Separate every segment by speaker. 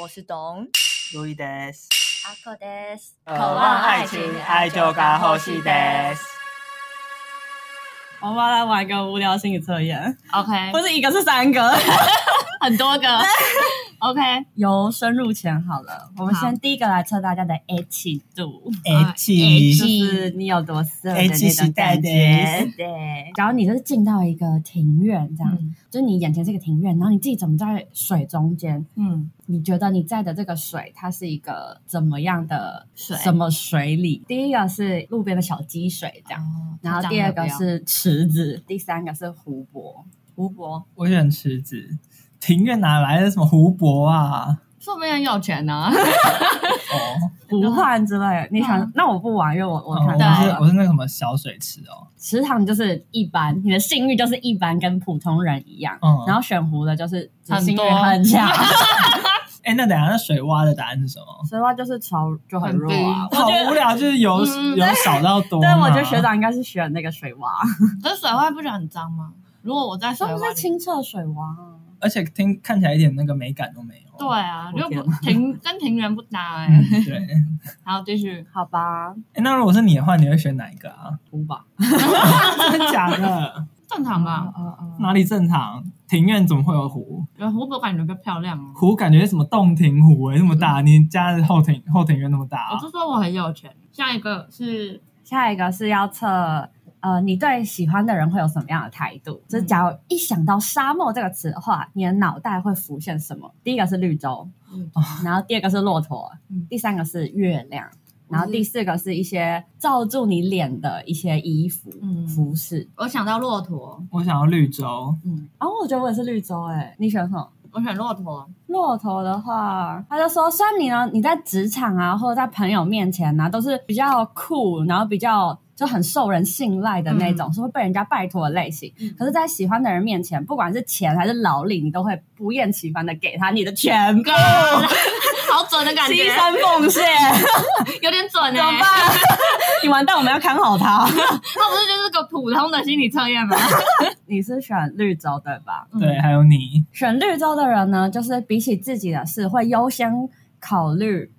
Speaker 1: 我是董
Speaker 2: 路易德斯，
Speaker 1: 阿克德斯，
Speaker 2: 渴望爱情，爱就该呼吸德。我们来玩一个无聊心理测验，
Speaker 3: OK，
Speaker 2: 不是一个是三个，
Speaker 3: 很多 个 OK，
Speaker 2: 由深入浅好了。我们
Speaker 3: 好
Speaker 2: 先第一个来测大家的 H 度，
Speaker 4: 哎
Speaker 3: 啊
Speaker 4: H
Speaker 2: 就是你有多色的
Speaker 4: H
Speaker 2: 那
Speaker 4: 时
Speaker 2: 种
Speaker 4: 代
Speaker 2: 感
Speaker 4: 的
Speaker 2: 觉。
Speaker 1: 对，
Speaker 3: 然后你就是进到一个庭院，这样、
Speaker 2: 嗯
Speaker 3: 就是你眼前是一个庭院，然后你自己怎么在水中间？
Speaker 2: 嗯，
Speaker 3: 你觉得你在的这个水，它是一个怎么样的
Speaker 2: 水
Speaker 3: 什么水里？第一个是路边的小积水，这样。然后第二个是池子，第三个是湖泊。
Speaker 1: 吴博，
Speaker 4: 我选池子。庭院哪来的什么湖泊啊？
Speaker 3: 说不定很有钱啊呢、
Speaker 4: 哦，
Speaker 3: 湖畔之类的。你想，
Speaker 1: 嗯
Speaker 3: 那我不玩，因为我我
Speaker 4: 哦
Speaker 3: 看
Speaker 4: 我
Speaker 3: 到
Speaker 4: 是
Speaker 3: 了
Speaker 4: 我是那个什么小水池哦。
Speaker 3: 池塘就是一般，你的性欲就是一般，跟普通人一样。
Speaker 4: 嗯，
Speaker 3: 然后选湖的就是
Speaker 1: 很
Speaker 3: 性欲
Speaker 1: 多
Speaker 3: 很强，
Speaker 4: 哎，那等一下那水蛙的答案是什么？
Speaker 3: 所以话就是潮就很弱啊。
Speaker 4: 好无聊，就是由
Speaker 3: 嗯
Speaker 4: 由少到多嘛。
Speaker 3: 但我觉得学长应该是选那个水蛙，
Speaker 1: 可是水外不是很脏吗？如果我在水
Speaker 3: 说不
Speaker 1: 外
Speaker 3: 是
Speaker 1: 里，
Speaker 3: 清澈水蛙啊。
Speaker 4: 而且听看起来一点那个美感都没有。
Speaker 1: 对啊，
Speaker 3: 我
Speaker 1: 就
Speaker 3: 天
Speaker 1: 不庭跟庭园不搭哎、欸。
Speaker 4: 嗯对。
Speaker 1: 然后继续，
Speaker 3: 好吧，
Speaker 4: 哎，那如果是你的话，你会选哪一个啊？
Speaker 3: 湖吧，
Speaker 4: 真的假的？
Speaker 1: 正常吧？
Speaker 3: 嗯嗯嗯
Speaker 4: 哪里正常？庭院怎么会有湖？
Speaker 1: 有湖泊感觉比较漂亮哦。
Speaker 4: 湖感觉是什么洞庭湖哎、那么大，你家的后庭后庭院那么大、
Speaker 1: 嗯我
Speaker 4: 啊
Speaker 1: 就，说我很有钱。下一个是
Speaker 3: 下一个是要测呃，你对喜欢的人会有什么样的态度？就是
Speaker 1: 嗯
Speaker 3: 假如一想到沙漠这个词的话，你的脑袋会浮现什么？第一个是绿洲，哦
Speaker 1: 嗯
Speaker 3: 然后第二个是骆驼，
Speaker 1: 嗯
Speaker 3: 第三个是月亮，然后
Speaker 1: 嗯
Speaker 3: 第四个是一些罩住你脸的一些衣服、
Speaker 1: 嗯
Speaker 3: 服饰。
Speaker 1: 我想到骆驼，
Speaker 4: 我想要绿洲，
Speaker 1: 嗯，
Speaker 3: 然后我觉得我也是绿洲哎、你选什么？
Speaker 1: 我选骆驼，
Speaker 3: 骆驼的话，他就说，虽然你呢，你在职场啊，或者在朋友面前啊，都是比较酷，然后比较就很受人信赖的那种，是会被人家拜托的类型。
Speaker 1: 嗯
Speaker 3: 可是，在喜欢的人面前，不管是钱还是劳力，你都会不厌其烦的给他你的全部，
Speaker 1: 好准的感觉，
Speaker 3: 牺牲奉献，
Speaker 1: 有点 准
Speaker 3: 怎
Speaker 1: 哎、
Speaker 3: 么办？ 你完蛋，我们要看好他。
Speaker 1: 那不是就是个普通的心理测验吗？
Speaker 3: 你是选绿洲 对啊吧？
Speaker 1: 嗯
Speaker 4: 对，还有你，
Speaker 3: 选绿洲的人呢，就是比起自己的事，会优先考虑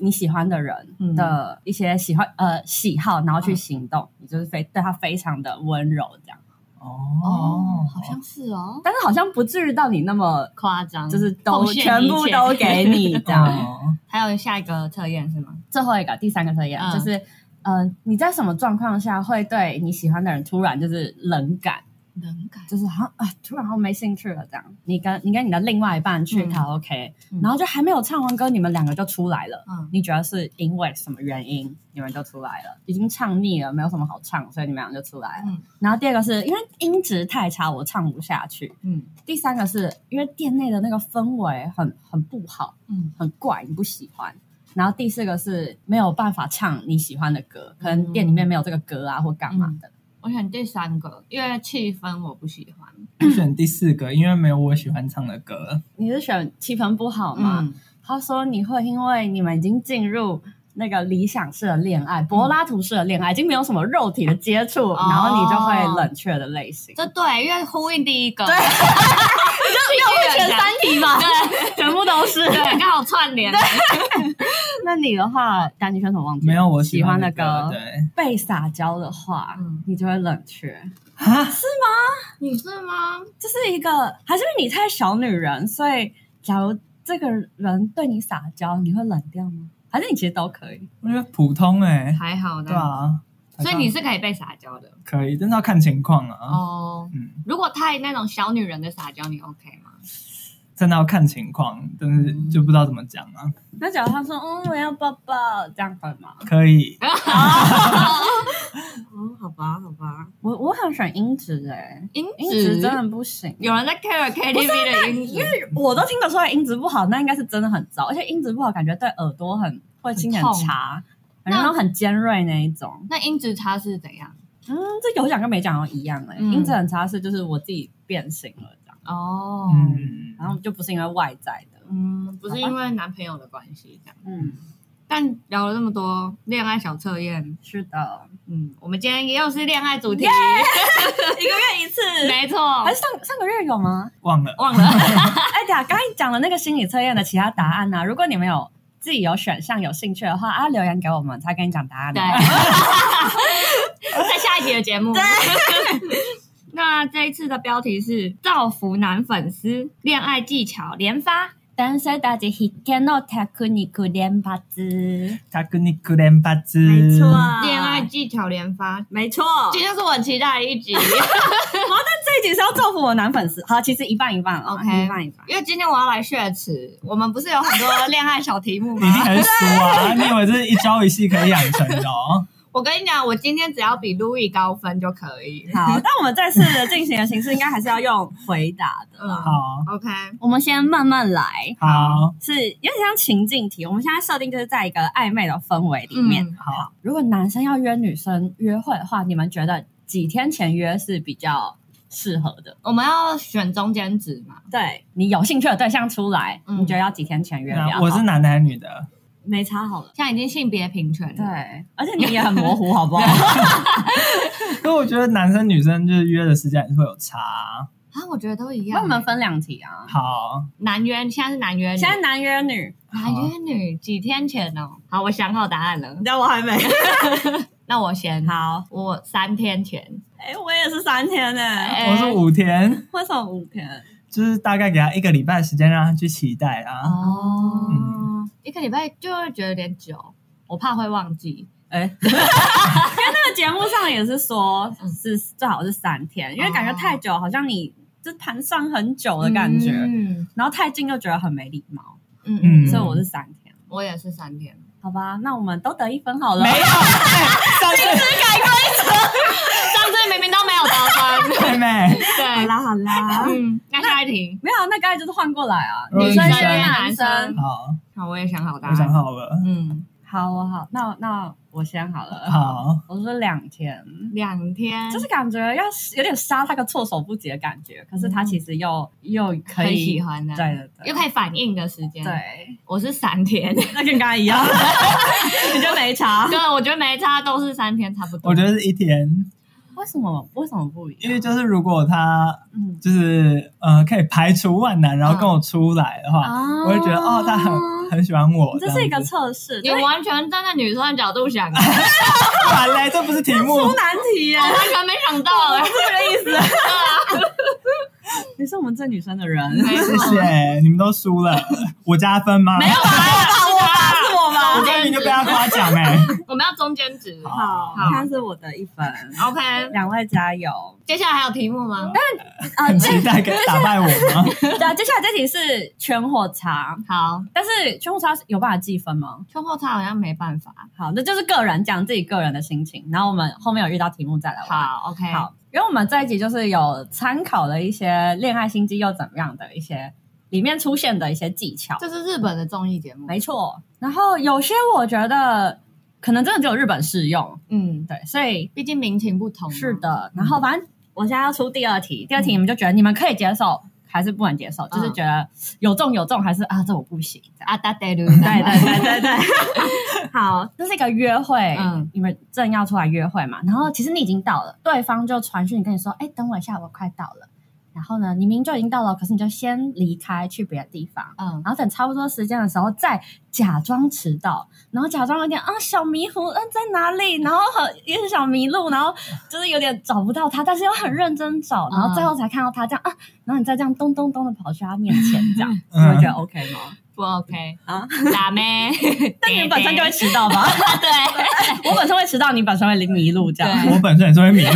Speaker 3: 你喜欢的人
Speaker 1: 嗯
Speaker 3: 的一些喜欢、呃喜好，然后去行动。
Speaker 1: 嗯
Speaker 3: 你就是非对他非常的温柔这样，
Speaker 4: 哦，
Speaker 1: 嗯好像是哦，
Speaker 3: 但是好像不至于到你那么
Speaker 1: 夸张，
Speaker 3: 就是都
Speaker 1: 奉献嗯
Speaker 3: 全
Speaker 1: 一
Speaker 3: 部
Speaker 1: 切
Speaker 3: 都给你这样。
Speaker 4: 哦，
Speaker 1: 还有下一个测验是吗？
Speaker 3: 最后一个第三个测验、
Speaker 1: 嗯
Speaker 3: 就是，呃，你在什么状况下会对你喜欢的人突然就是冷感？
Speaker 1: 能感，
Speaker 3: 就是好像啊，突然好像没兴趣了这样。你跟你跟你的另外一半去
Speaker 1: 嗯
Speaker 3: 卡拉 OK，、
Speaker 1: 嗯
Speaker 3: 然后就还没有唱完歌，你们两个就出来了。
Speaker 1: 嗯
Speaker 3: 你觉得是因为什么原因你们就出来了？已经唱腻了，没有什么好唱，所以你们俩就出来了。
Speaker 1: 嗯
Speaker 3: 然后第二个是因为音质太差，我唱不下去。
Speaker 1: 嗯
Speaker 3: 第三个是因为店内的那个氛围很很不好，
Speaker 1: 嗯，
Speaker 3: 很怪，你不喜欢。然后第四个是没有办法唱你喜欢的歌，可能店里面没有这个歌啊，或干嘛的。
Speaker 1: 我选第三个，因为气氛我不喜欢。
Speaker 3: 嗯
Speaker 4: 我选第四个，因为没有我喜欢唱的歌。
Speaker 3: 你是选气氛不好吗？
Speaker 1: 嗯
Speaker 3: 他说你会因为你们已经进入那个理想式的恋爱、柏拉图式的恋爱，已经没有什么肉体的接触，
Speaker 1: 哦
Speaker 3: 然后你就会冷却的类型。
Speaker 1: 这对，因为呼应第一个，
Speaker 3: 对，
Speaker 1: 又
Speaker 3: 全三题吧，
Speaker 1: 对
Speaker 3: 全部都是。
Speaker 1: 对，刚好串联。
Speaker 3: 那你的话，丹你选什么忘记了？
Speaker 4: 没有我
Speaker 3: 喜欢
Speaker 4: 的
Speaker 3: 歌。
Speaker 4: 对，
Speaker 3: 被撒娇的话，
Speaker 1: 嗯
Speaker 3: 你就会冷却。
Speaker 4: 啊，
Speaker 1: 你是吗？
Speaker 3: 这是一个，还是因为你太小女人，所以假如这个人对你撒娇，你会冷掉吗？还是你其实都可以？
Speaker 4: 我觉得普通哎、
Speaker 1: 还好的
Speaker 4: 对，啊，
Speaker 1: 所以你是可以被撒娇的
Speaker 4: 可以，但是要看情况啊，
Speaker 1: 哦。
Speaker 4: 嗯，
Speaker 1: 如果太那种小女人的撒娇，你 OK 吗？
Speaker 4: 真的要看情况，但是就不知道怎么讲啊，
Speaker 3: 那假如他说，嗯，我要抱抱，这样可以吗？
Speaker 4: 可以，
Speaker 1: 哦，好吧，好吧，
Speaker 3: 我我很选音质哎、
Speaker 1: 音
Speaker 3: 音
Speaker 1: 质
Speaker 3: 质真的不行。
Speaker 1: 有人在 care KTV 的音
Speaker 3: 因
Speaker 1: 质，
Speaker 3: 为我都听得出来音质不好，那应该是真的很糟，而且音质不好，感觉对耳朵很会听起来很
Speaker 1: 很痛
Speaker 3: 差，
Speaker 1: 那
Speaker 3: 然后很尖锐那一种。
Speaker 1: 那音质差是怎样？
Speaker 3: 嗯，这有讲跟没讲都一样哎、
Speaker 1: 嗯
Speaker 3: 音质很差是就是我自己变形了这样，
Speaker 1: 哦，
Speaker 4: 嗯，
Speaker 3: 然后就不是因为外在的，
Speaker 1: 嗯，不是因为男朋友的关系这样。
Speaker 3: 嗯，
Speaker 1: 但聊了这么多恋爱小测验，
Speaker 3: 是的，
Speaker 1: 嗯，我们今天又是恋爱主题
Speaker 2: 一个月一次，
Speaker 1: 没错
Speaker 3: 还，是上上个月有吗？
Speaker 4: 忘了，
Speaker 1: 忘了，
Speaker 3: 哎呀，刚才讲了那个心理测验的其他答案啊呢、如果你们有自己有选项有兴趣的话啊，留言给我们，才跟你讲答案
Speaker 1: 对
Speaker 3: 哦。，
Speaker 1: 在下一集的节目。 那这一次的标题是“造福男粉丝，恋爱技巧连发
Speaker 3: 但是大家一看到他可你可连八字，
Speaker 4: 他跟你可怜吧子，
Speaker 2: 没错，，”，
Speaker 3: 啊
Speaker 1: 恋爱技巧连发。
Speaker 2: 没错，
Speaker 3: 哦
Speaker 1: 今天是我很期待的一集，
Speaker 3: 这一集是要造福我男粉丝。好，其实一半一半啊
Speaker 1: OK
Speaker 3: 一半一半。
Speaker 1: 因为今天我要来血池。我们不是有很多恋爱小题目
Speaker 4: 你一定
Speaker 1: 吗？
Speaker 4: 很熟啊！你以为这是一朝一夕可以养成的哦？
Speaker 1: 我跟你讲，我今天只要比 Louis 高分就可以。
Speaker 3: 好， 但我们这次的进行的形式应该还是要用回答的。
Speaker 1: 嗯
Speaker 4: 好
Speaker 1: ，OK，
Speaker 3: 我们先慢慢来，
Speaker 4: 好
Speaker 3: 是有点像情境题。我们现在设定就是在一个暧昧的氛围里面。
Speaker 1: 嗯
Speaker 4: 好，
Speaker 3: 如果男生要约女生约会的话，你们觉得几天前约是比较适合的？
Speaker 1: 我们要选中间值嘛？
Speaker 3: 对你有兴趣的对象出来，
Speaker 1: 嗯
Speaker 3: 你觉得要几天前约比较
Speaker 4: 那
Speaker 3: 好？
Speaker 4: 我是男的还是女的？
Speaker 3: 没差好了。
Speaker 1: 现在已经性别平权
Speaker 3: 对
Speaker 1: 了。，
Speaker 3: 而且你也很模糊，好不好？
Speaker 4: 因为我觉得男生女生就是约的时间还是会有差啊。
Speaker 1: 啊，我觉得都一
Speaker 3: 那
Speaker 1: 样。嗯
Speaker 3: 我们分两题啊。
Speaker 4: 好，
Speaker 1: 男约，现在是男约女，
Speaker 3: 现在男约女，
Speaker 1: 男约女几天前哦。好，我想好答案了
Speaker 2: 你，知道我还 没，
Speaker 1: 那我先。
Speaker 3: 好，
Speaker 1: 我三天前，
Speaker 2: 哎、我也是三天呢、
Speaker 3: 哎
Speaker 4: 我是五天，
Speaker 3: 为什么五天？
Speaker 4: 就是大概给他一个礼拜的时间，让他去期待啊。
Speaker 1: 哦，
Speaker 4: 嗯
Speaker 1: 一个礼拜就会觉得有点久，我怕会忘记。
Speaker 3: 哎，因为那个节目上也是说
Speaker 1: 嗯
Speaker 3: 是最好是三天，因为感觉太久，好像你就盘算很久的感觉，
Speaker 1: 嗯
Speaker 3: 然后太近又觉得很没礼貌，
Speaker 1: 嗯
Speaker 4: 嗯
Speaker 1: 嗯，
Speaker 3: 所以我是三天。
Speaker 1: 我也是三天。
Speaker 3: 好吧，那我们都得一分好了。
Speaker 4: 没有，哎 上次
Speaker 1: 上次明明都没有得 分。
Speaker 4: 妹妹，
Speaker 1: 对，
Speaker 2: 啦好啦，
Speaker 1: 嗯，那下一题。
Speaker 3: 没有，那刚才就是换过来啊，
Speaker 4: 嗯
Speaker 3: 女生约
Speaker 4: 女生约
Speaker 3: 男
Speaker 1: 男
Speaker 3: 生
Speaker 1: 生。
Speaker 4: 好，
Speaker 1: 好，我也想好答
Speaker 4: 我想
Speaker 1: 案。
Speaker 4: 好了，
Speaker 1: 嗯，
Speaker 3: 好，我好，那那我先好了。，
Speaker 4: 好，
Speaker 3: 我说两天，
Speaker 1: 两天
Speaker 3: 就是感觉要有点杀他个措手不及的感觉，可是他其实又又可
Speaker 1: 很
Speaker 3: 以
Speaker 1: 喜，欢的，
Speaker 3: 对，对对，
Speaker 1: 又可以反应的时间。，
Speaker 3: 对，
Speaker 1: 我是三天。
Speaker 3: 那跟刚才一样， 你就没查。
Speaker 1: 对，我觉得没差，都是三天差不多。
Speaker 4: 我觉得是一天，
Speaker 3: 为什么为什么不一样？
Speaker 4: 因为就是如果他
Speaker 3: 嗯
Speaker 4: 就是呃可以排除万难，然后跟我出来的话，
Speaker 3: 啊
Speaker 4: 我会觉得哦，他很很喜欢我。
Speaker 3: 这是一
Speaker 4: 样
Speaker 3: 个
Speaker 4: 子
Speaker 3: 测试，
Speaker 1: 你
Speaker 3: 这是
Speaker 1: 完全站在女生的角度想，我
Speaker 4: 完嘞，这不是题目，
Speaker 3: 出难题耶，
Speaker 1: 完全没 想到哎。
Speaker 3: 这个意思。
Speaker 1: 对啊
Speaker 3: 你是我们这女生的人，
Speaker 1: 没错
Speaker 4: 谢谢你们都输了，我加分吗？
Speaker 1: 没有吧？我吧，
Speaker 3: 是 我吧
Speaker 4: 我刚明就被他夸奖 哎。
Speaker 1: 我们要中间值。
Speaker 3: 好，
Speaker 1: 好
Speaker 3: 看是我的一分，
Speaker 1: OK，
Speaker 3: 两位加油。
Speaker 1: 接下来还有题目 吗？
Speaker 3: 啊
Speaker 4: 很期待可以打败我 吗？
Speaker 3: 对啊，接下来这题是圈或叉，
Speaker 1: 好，
Speaker 3: 但是圈或叉有办法计分吗？
Speaker 1: 秋后他好像没办法。
Speaker 3: 好，那就是个人讲自己个人的心情，然后我们后面有遇到题目再来玩。
Speaker 1: 好，OK，
Speaker 3: 好，因为我们这一集就是有参考了一些恋爱心机又怎么样的一些里面出现的一些技巧，
Speaker 1: 这是日本的综艺节目。
Speaker 3: 没错。然后有些我觉得可能真的只有日本适用，
Speaker 1: 嗯，
Speaker 3: 对，所以
Speaker 1: 毕竟民情不同。
Speaker 3: 是，的。然后反正我现在要出第二题，第
Speaker 1: 嗯
Speaker 3: 二题你们就觉得你们可以接受还是不能接受，就是觉得有中有中还是啊这我不行这样。
Speaker 1: 阿达德鲁。
Speaker 3: 对对对对对， 好，这是一个约会，
Speaker 1: 嗯
Speaker 3: 你们正要出来约会嘛，然后其实你已经到了，对方就传讯跟你说，哎，等我一下，我快到了。然后呢，你明明就已经到了，可是你就先离开去别的地方，
Speaker 1: 嗯，
Speaker 3: 然后等差不多时间的时候再假装迟到，然后假装有点啊小迷糊，嗯、在哪里，然后很有点小迷路，然后就是有点找不到他，但是又很认真找，然后最后才看到他这样啊，然后你再这样咚咚咚的跑去他面前，这样你会觉得 OK 吗？
Speaker 1: 不 OK
Speaker 3: 啊，
Speaker 1: 打 咩？
Speaker 3: 但你们本身就会迟到吧？
Speaker 1: 对，
Speaker 3: 我本身会迟到，你本身会迷路，这样
Speaker 1: 对
Speaker 4: 我本身也是会迷路，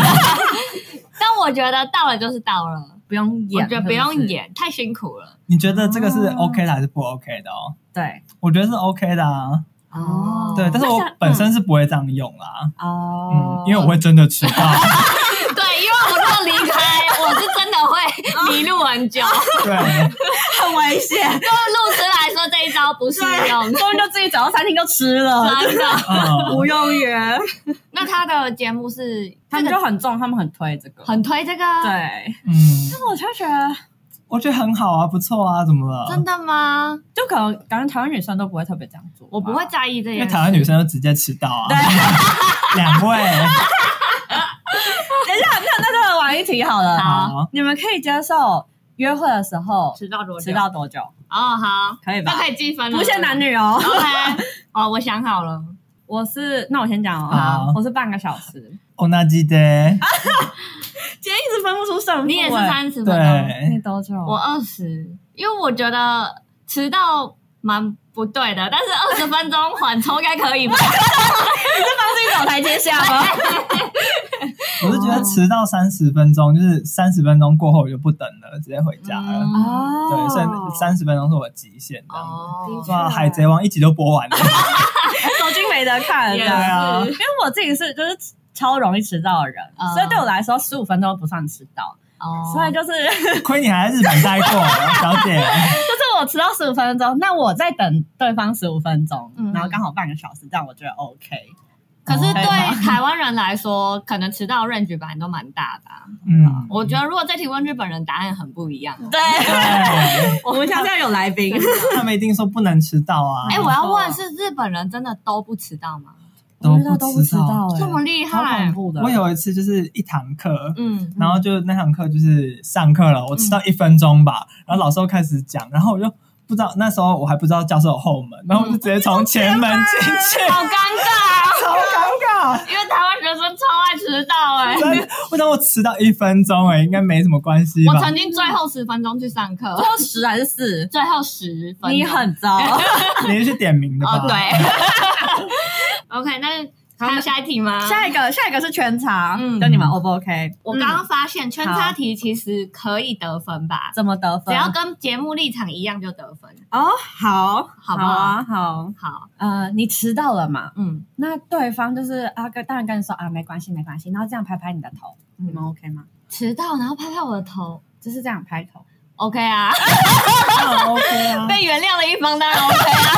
Speaker 1: 但我觉得到了就是到了，
Speaker 3: 不用
Speaker 1: 我
Speaker 3: 演，
Speaker 1: 觉得不
Speaker 3: 是
Speaker 1: 用
Speaker 3: 是。
Speaker 1: 演，太辛苦了。
Speaker 4: 你觉得这个是
Speaker 1: 哦
Speaker 4: OK 的还是不 OK 的哦？
Speaker 3: 对，
Speaker 4: 我觉得是 OK 的啊，
Speaker 3: 哦
Speaker 4: 对，但是我本身是不会这样用啦，
Speaker 3: 哦
Speaker 4: 嗯，，因为我会真的迟到，
Speaker 1: 哦对，因为我如果离开，我是真的会迷路很 久。
Speaker 4: 对，
Speaker 2: 很危险，
Speaker 1: 对路痴来说，这一招不适用。
Speaker 3: 终于就自己找到餐厅就吃了。
Speaker 1: 真的，
Speaker 4: 嗯，
Speaker 2: 不用约，
Speaker 1: 那他的节目是
Speaker 3: 他们
Speaker 1: 这
Speaker 3: 就
Speaker 1: 个
Speaker 3: 很重，他们很推这个。
Speaker 1: 很推这个，
Speaker 3: 对，
Speaker 4: 嗯，
Speaker 3: 那我就觉得
Speaker 4: 我觉得很好啊，不错啊，怎么了？
Speaker 1: 真的吗？
Speaker 3: 就可能感觉台湾女生都不会特别这样做，
Speaker 1: 我不会。在意这
Speaker 4: 因为
Speaker 1: 件事
Speaker 4: 台。湾女生都直接迟到啊。两位，
Speaker 3: 等一下，那那再玩一题好了。
Speaker 1: 好
Speaker 3: 你们可以接受约会的时候
Speaker 1: 迟到多久？
Speaker 3: 迟到多久？
Speaker 1: 哦，好，
Speaker 3: 可以吧
Speaker 1: 那？可以积分了，
Speaker 3: 不限男。女哦。
Speaker 1: OK，哦，我想好了，
Speaker 3: 我是，那我先讲
Speaker 4: 好
Speaker 3: 哦，我是半个小时。
Speaker 4: 欧娜基哦得，
Speaker 1: 啊
Speaker 3: 今天一直分不出胜负，
Speaker 1: 你也是
Speaker 3: 欸
Speaker 1: 三十分钟，
Speaker 3: 你
Speaker 4: 对，
Speaker 3: 多久？啊
Speaker 1: 我二十，因为我觉得迟到蛮不对的，但是二十分钟缓冲应该可以吧？
Speaker 3: 自己找台阶下吗？
Speaker 4: 我是觉
Speaker 1: 哦
Speaker 4: 得迟到三十分钟，就是三十分钟过后我就不等了，直接回家了。
Speaker 1: 嗯
Speaker 3: 哦，
Speaker 4: 对，所以 三十分钟是我的极限这样子。
Speaker 1: 哦
Speaker 3: 的确
Speaker 4: 哇，海贼王一集都播完了，
Speaker 3: 手机没得看
Speaker 1: 也
Speaker 3: 的，
Speaker 1: 是
Speaker 4: 啊
Speaker 3: 因为我自己是就是超容易迟到的人，
Speaker 1: 嗯
Speaker 3: 所以对我来说十五分钟不算迟到，
Speaker 1: 哦，
Speaker 3: 所以就是 就
Speaker 4: 亏你还在日本待过，小 姐。
Speaker 3: 是我迟到十五分钟，那我再等对方十五分钟，
Speaker 1: 嗯
Speaker 3: 然后刚好半个小时，这样我觉得 OK。
Speaker 1: 可是对
Speaker 3: 哦
Speaker 1: 台湾人来说，可能迟到 range 版都蛮大的啊、
Speaker 4: 嗯，
Speaker 1: 我觉得如果这题问日本人，答案很不一样。
Speaker 3: 对，
Speaker 4: 对，
Speaker 3: 我们现在有来宾，
Speaker 4: 他们一定说不能迟到啊。
Speaker 1: 哎、
Speaker 3: 没错
Speaker 1: 我要问，是日本人真的都不迟到吗？
Speaker 4: 都
Speaker 3: 我觉得都不
Speaker 4: 不知道，
Speaker 3: 欸
Speaker 1: 这么厉
Speaker 3: 超恐
Speaker 1: 害？
Speaker 3: 怖的。
Speaker 4: 我有一次就是一堂课，
Speaker 1: 嗯，
Speaker 4: 然后就那堂课就是上课了，我迟到一分钟吧，然后老师又开始讲，然后我就不知道那时候我还不知道教授有后门，然后我就直接从前门进去，
Speaker 1: 好尴尬、哦
Speaker 4: 好尴尬。
Speaker 1: 啊，因为台湾学生超爱迟到哎、
Speaker 4: 真的我想我迟到一分钟哎、应该没什么关系
Speaker 1: 我
Speaker 4: 吧
Speaker 1: 曾？经最后十分钟去上课，
Speaker 3: 过十还是四？
Speaker 1: 最后十分钟
Speaker 3: 你很 糟，
Speaker 4: 你是去点名的吧？
Speaker 1: 哦，对。OK，那还有下一题吗？
Speaker 3: 下一个下一个是圈叉，
Speaker 1: 嗯
Speaker 3: 啊嗯，跟你们 O 不 OK？嗯
Speaker 1: 我刚刚发现圈叉题其实可以得分吧，
Speaker 3: 怎么得
Speaker 1: 只
Speaker 3: 分？
Speaker 1: 要跟节目立场一样就得分。
Speaker 3: 哦，好，
Speaker 1: 好不好
Speaker 3: 啊，好，
Speaker 1: 好，
Speaker 3: 呃，你迟到了嘛？
Speaker 1: 嗯，
Speaker 3: 那对方就是啊，跟当然跟你说啊，没关系，没关系，然后这样拍拍你的头，
Speaker 1: 嗯
Speaker 3: 你们 OK 吗？
Speaker 1: 迟到然后拍拍我的头
Speaker 3: 就是这样拍头，
Speaker 1: ，OK 啊，
Speaker 4: 啊，OK 啊，
Speaker 1: 被原谅的一方当然 OK 啊。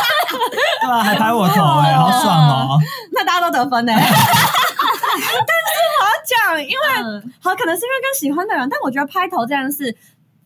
Speaker 4: 对啊，还拍我头哎、好爽哦！
Speaker 3: 那大家都得分 呢。但是我要讲，因为好可能是因为跟喜欢的人，但我觉得拍头这件事，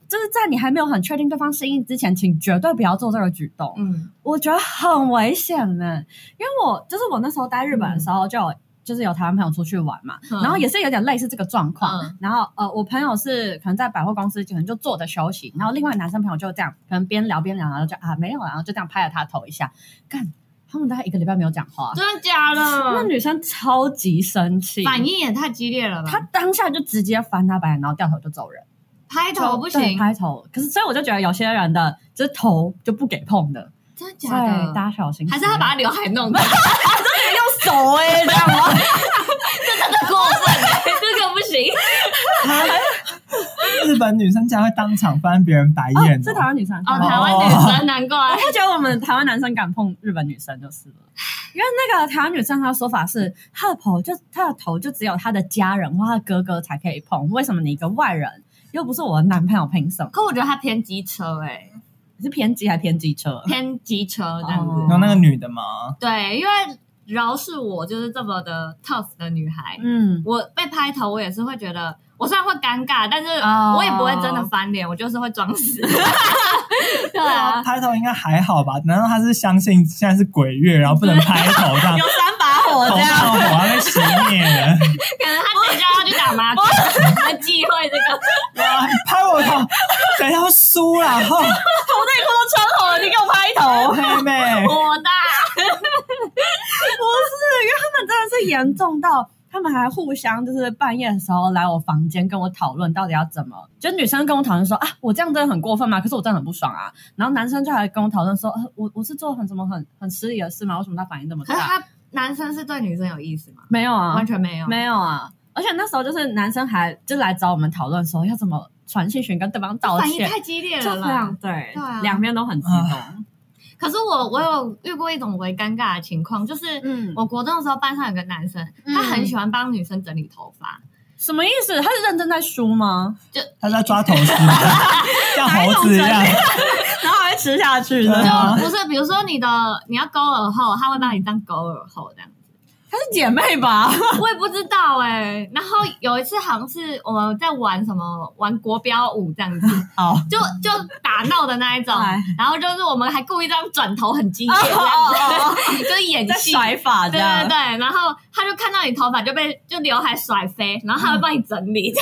Speaker 3: 就是在你还没有很确定对方心意之前，请绝对不要做这个举动。
Speaker 1: 嗯
Speaker 3: 我觉得很危险呢，因为我就是我那时候待日本的时候就有。就是有台湾朋友出去玩嘛，
Speaker 1: 嗯
Speaker 3: 然后也是有点类似这个状况。
Speaker 1: 嗯
Speaker 3: 然后呃，我朋友是可能在百货公司可能就坐着休息，然后另外男生朋友就这样，可能边聊边聊，然后就啊没有啊，然后就这样拍了他头一下。干，他们大概一个礼拜没有讲话，
Speaker 1: 真的假
Speaker 3: 那
Speaker 1: 的？
Speaker 3: 女生超级生气，
Speaker 1: 反应也太激烈了吧？
Speaker 3: 她当下就直接翻他白眼，然后掉头就走人。
Speaker 1: 拍头不
Speaker 3: 对
Speaker 1: 行，
Speaker 3: 拍头。可是所以我就觉得有些人的就是头就不给碰的，
Speaker 1: 真的
Speaker 3: 对，
Speaker 1: 假
Speaker 3: 大
Speaker 1: 的？
Speaker 3: 家小心。
Speaker 1: 还是他把他刘海弄的？
Speaker 3: 用手哎、这样吗？
Speaker 1: 真的过分 了，这个不行。
Speaker 4: 日本女生竟然会当场翻别人白眼、
Speaker 3: 哦，是台湾女生
Speaker 1: 哦，
Speaker 3: 台
Speaker 1: 台
Speaker 3: 湾
Speaker 1: 湾女生，难怪
Speaker 3: 我。不觉得我们台湾男生敢碰日本女生就是了，因为那个台湾女生她的说法是，她的头就她的头就只有她的家人或她的哥哥才可以碰，为什么你一个外人又不是我的男朋友，凭什么？
Speaker 1: 可我觉得他偏机车哎、欸，
Speaker 3: 你是偏激还偏激车？
Speaker 1: 偏机车这样子。
Speaker 4: 然后那个女的嘛，
Speaker 1: 对，因为饶是我就是这么的 tough 的女孩，
Speaker 3: 嗯，
Speaker 1: 我被拍头，我也是会觉得，我虽然会尴尬，但是
Speaker 3: 哦
Speaker 1: 我也不会真的翻脸，我就是会装 死。啊对啊，
Speaker 4: 拍头应该还好吧？难道她是相信现在是鬼月，然后不能拍头这 样？
Speaker 3: 有三把火
Speaker 4: 头
Speaker 3: 这
Speaker 4: 上
Speaker 3: 样。
Speaker 4: 火还被熄灭了，
Speaker 1: 可能他等一下要去打麻将，他忌讳 这个。
Speaker 4: 哇！啊拍我头，等一下会输啦！哈、！
Speaker 3: 我内裤都穿好了，你给我拍头
Speaker 4: 妹 妹，
Speaker 1: 我的
Speaker 3: 不是，因为他们真的是严重到，他们还互相就是半夜的时候来我房间跟我讨论到底要怎么，就女生跟我讨论说啊，我这样真的很过分吗？可是我真的很不爽啊。然后男生就来跟我讨论说，呃、我我是做很什么很很失礼的事吗？为什么他反应那么
Speaker 1: 可是
Speaker 3: 大？
Speaker 1: 他男生是对女生有意思吗？
Speaker 3: 没有啊
Speaker 1: 完，全没有。
Speaker 3: 没有啊。而且那时候就是男生还就来找我们讨论说要怎么传讯询跟对方道
Speaker 1: 反应
Speaker 3: 歉，
Speaker 1: 太激烈
Speaker 3: 就
Speaker 1: 了
Speaker 3: 这
Speaker 1: 啦
Speaker 3: 样。对
Speaker 1: 对啊，
Speaker 3: 两边都很激动。
Speaker 1: 可是我我有遇过一种为尴尬的情况，就是
Speaker 3: 嗯，
Speaker 1: 我国中的时候班上有个男生，他很喜欢帮女生整理头发，
Speaker 3: 什么意思？他是认真在输 吗？
Speaker 4: 她在抓头丝，像猴子一样。
Speaker 3: 然后还会吃下去
Speaker 4: 对啊
Speaker 3: 的？
Speaker 1: 就不是，比如说你的你要勾耳后，他会帮你当勾耳后这样。
Speaker 3: 可她是姐妹 吧？
Speaker 1: 我也不知道哎、然后有一次好像是我们在玩什么玩国标舞这样子，
Speaker 3: 哦，
Speaker 1: 就就打闹的那一种
Speaker 2: 哎，
Speaker 1: 然后就是我们还故意这样转头很激烈
Speaker 2: 哦
Speaker 1: 这样
Speaker 2: 哦哦
Speaker 1: 子， 就是演
Speaker 2: 在
Speaker 1: 戏。
Speaker 2: 甩法这
Speaker 1: 对
Speaker 2: 样
Speaker 1: 对，对，然后他就看到你头发就被就刘海甩飞，然
Speaker 2: 嗯
Speaker 1: 后他会帮你整理，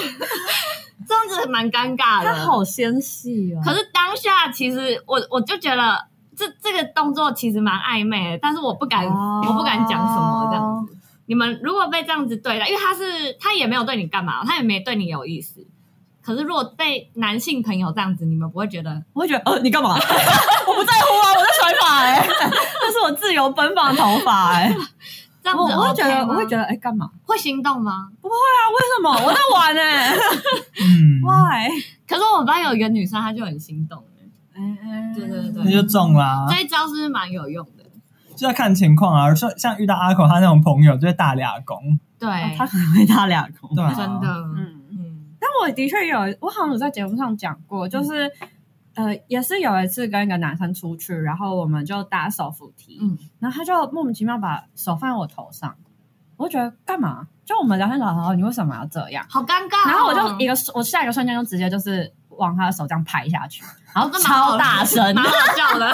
Speaker 1: 这样子蛮尴尬的。
Speaker 3: 她好纤细哦。
Speaker 1: 可是当下其实我我就觉得这这个动作其实蛮暧昧的，但是我不敢、
Speaker 2: 哦
Speaker 1: 我不敢讲什么这样子。你们如果被这样子对待，因为他是他也没有对你干嘛，他也没对你有意思。可是如果被男性朋友这样子，你们不会觉得
Speaker 2: 我会觉得呃，你干 嘛？我不在乎啊，我在甩法哎、
Speaker 3: 欸
Speaker 2: 这是我自由奔放的头发哎、
Speaker 1: 这样子
Speaker 3: 哦我我
Speaker 1: OK 吗、
Speaker 3: 会觉得，我会觉得，哎，干嘛？啊
Speaker 1: 会心动吗？
Speaker 2: 为什么我在玩哎、
Speaker 3: 欸
Speaker 4: 嗯，
Speaker 2: Why？
Speaker 1: 可是我们班有一个女生，她就很心动了。对对
Speaker 4: 那
Speaker 1: 对，
Speaker 4: 就中
Speaker 3: 啊
Speaker 4: 啦、
Speaker 1: 这一招是不是蛮有用的？
Speaker 4: 就要看情况啊。像像遇到阿口他那种朋友，就会大俩工，
Speaker 1: 对，
Speaker 3: 哎
Speaker 2: 哦他可能会打俩空。
Speaker 4: 对、啊，
Speaker 1: 哦真的，
Speaker 3: 嗯。
Speaker 1: 嗯，
Speaker 3: 但我的确有，我好像有在节目上讲过，就是、呃，也是有一次跟一个男生出去，然后我们就搭手扶梯，
Speaker 1: 嗯
Speaker 3: 然后他就莫名其妙把手放在我头上，我就觉得干嘛？就我们聊天聊得很好，你为什么要这样？
Speaker 1: 好尴尬哦、
Speaker 3: 然后我就一个，我下一个瞬间就直接就是往他的手这样拍下去，然后
Speaker 1: 这蛮好
Speaker 3: 超大声，然
Speaker 1: 蛮
Speaker 3: 后
Speaker 1: 好 笑的。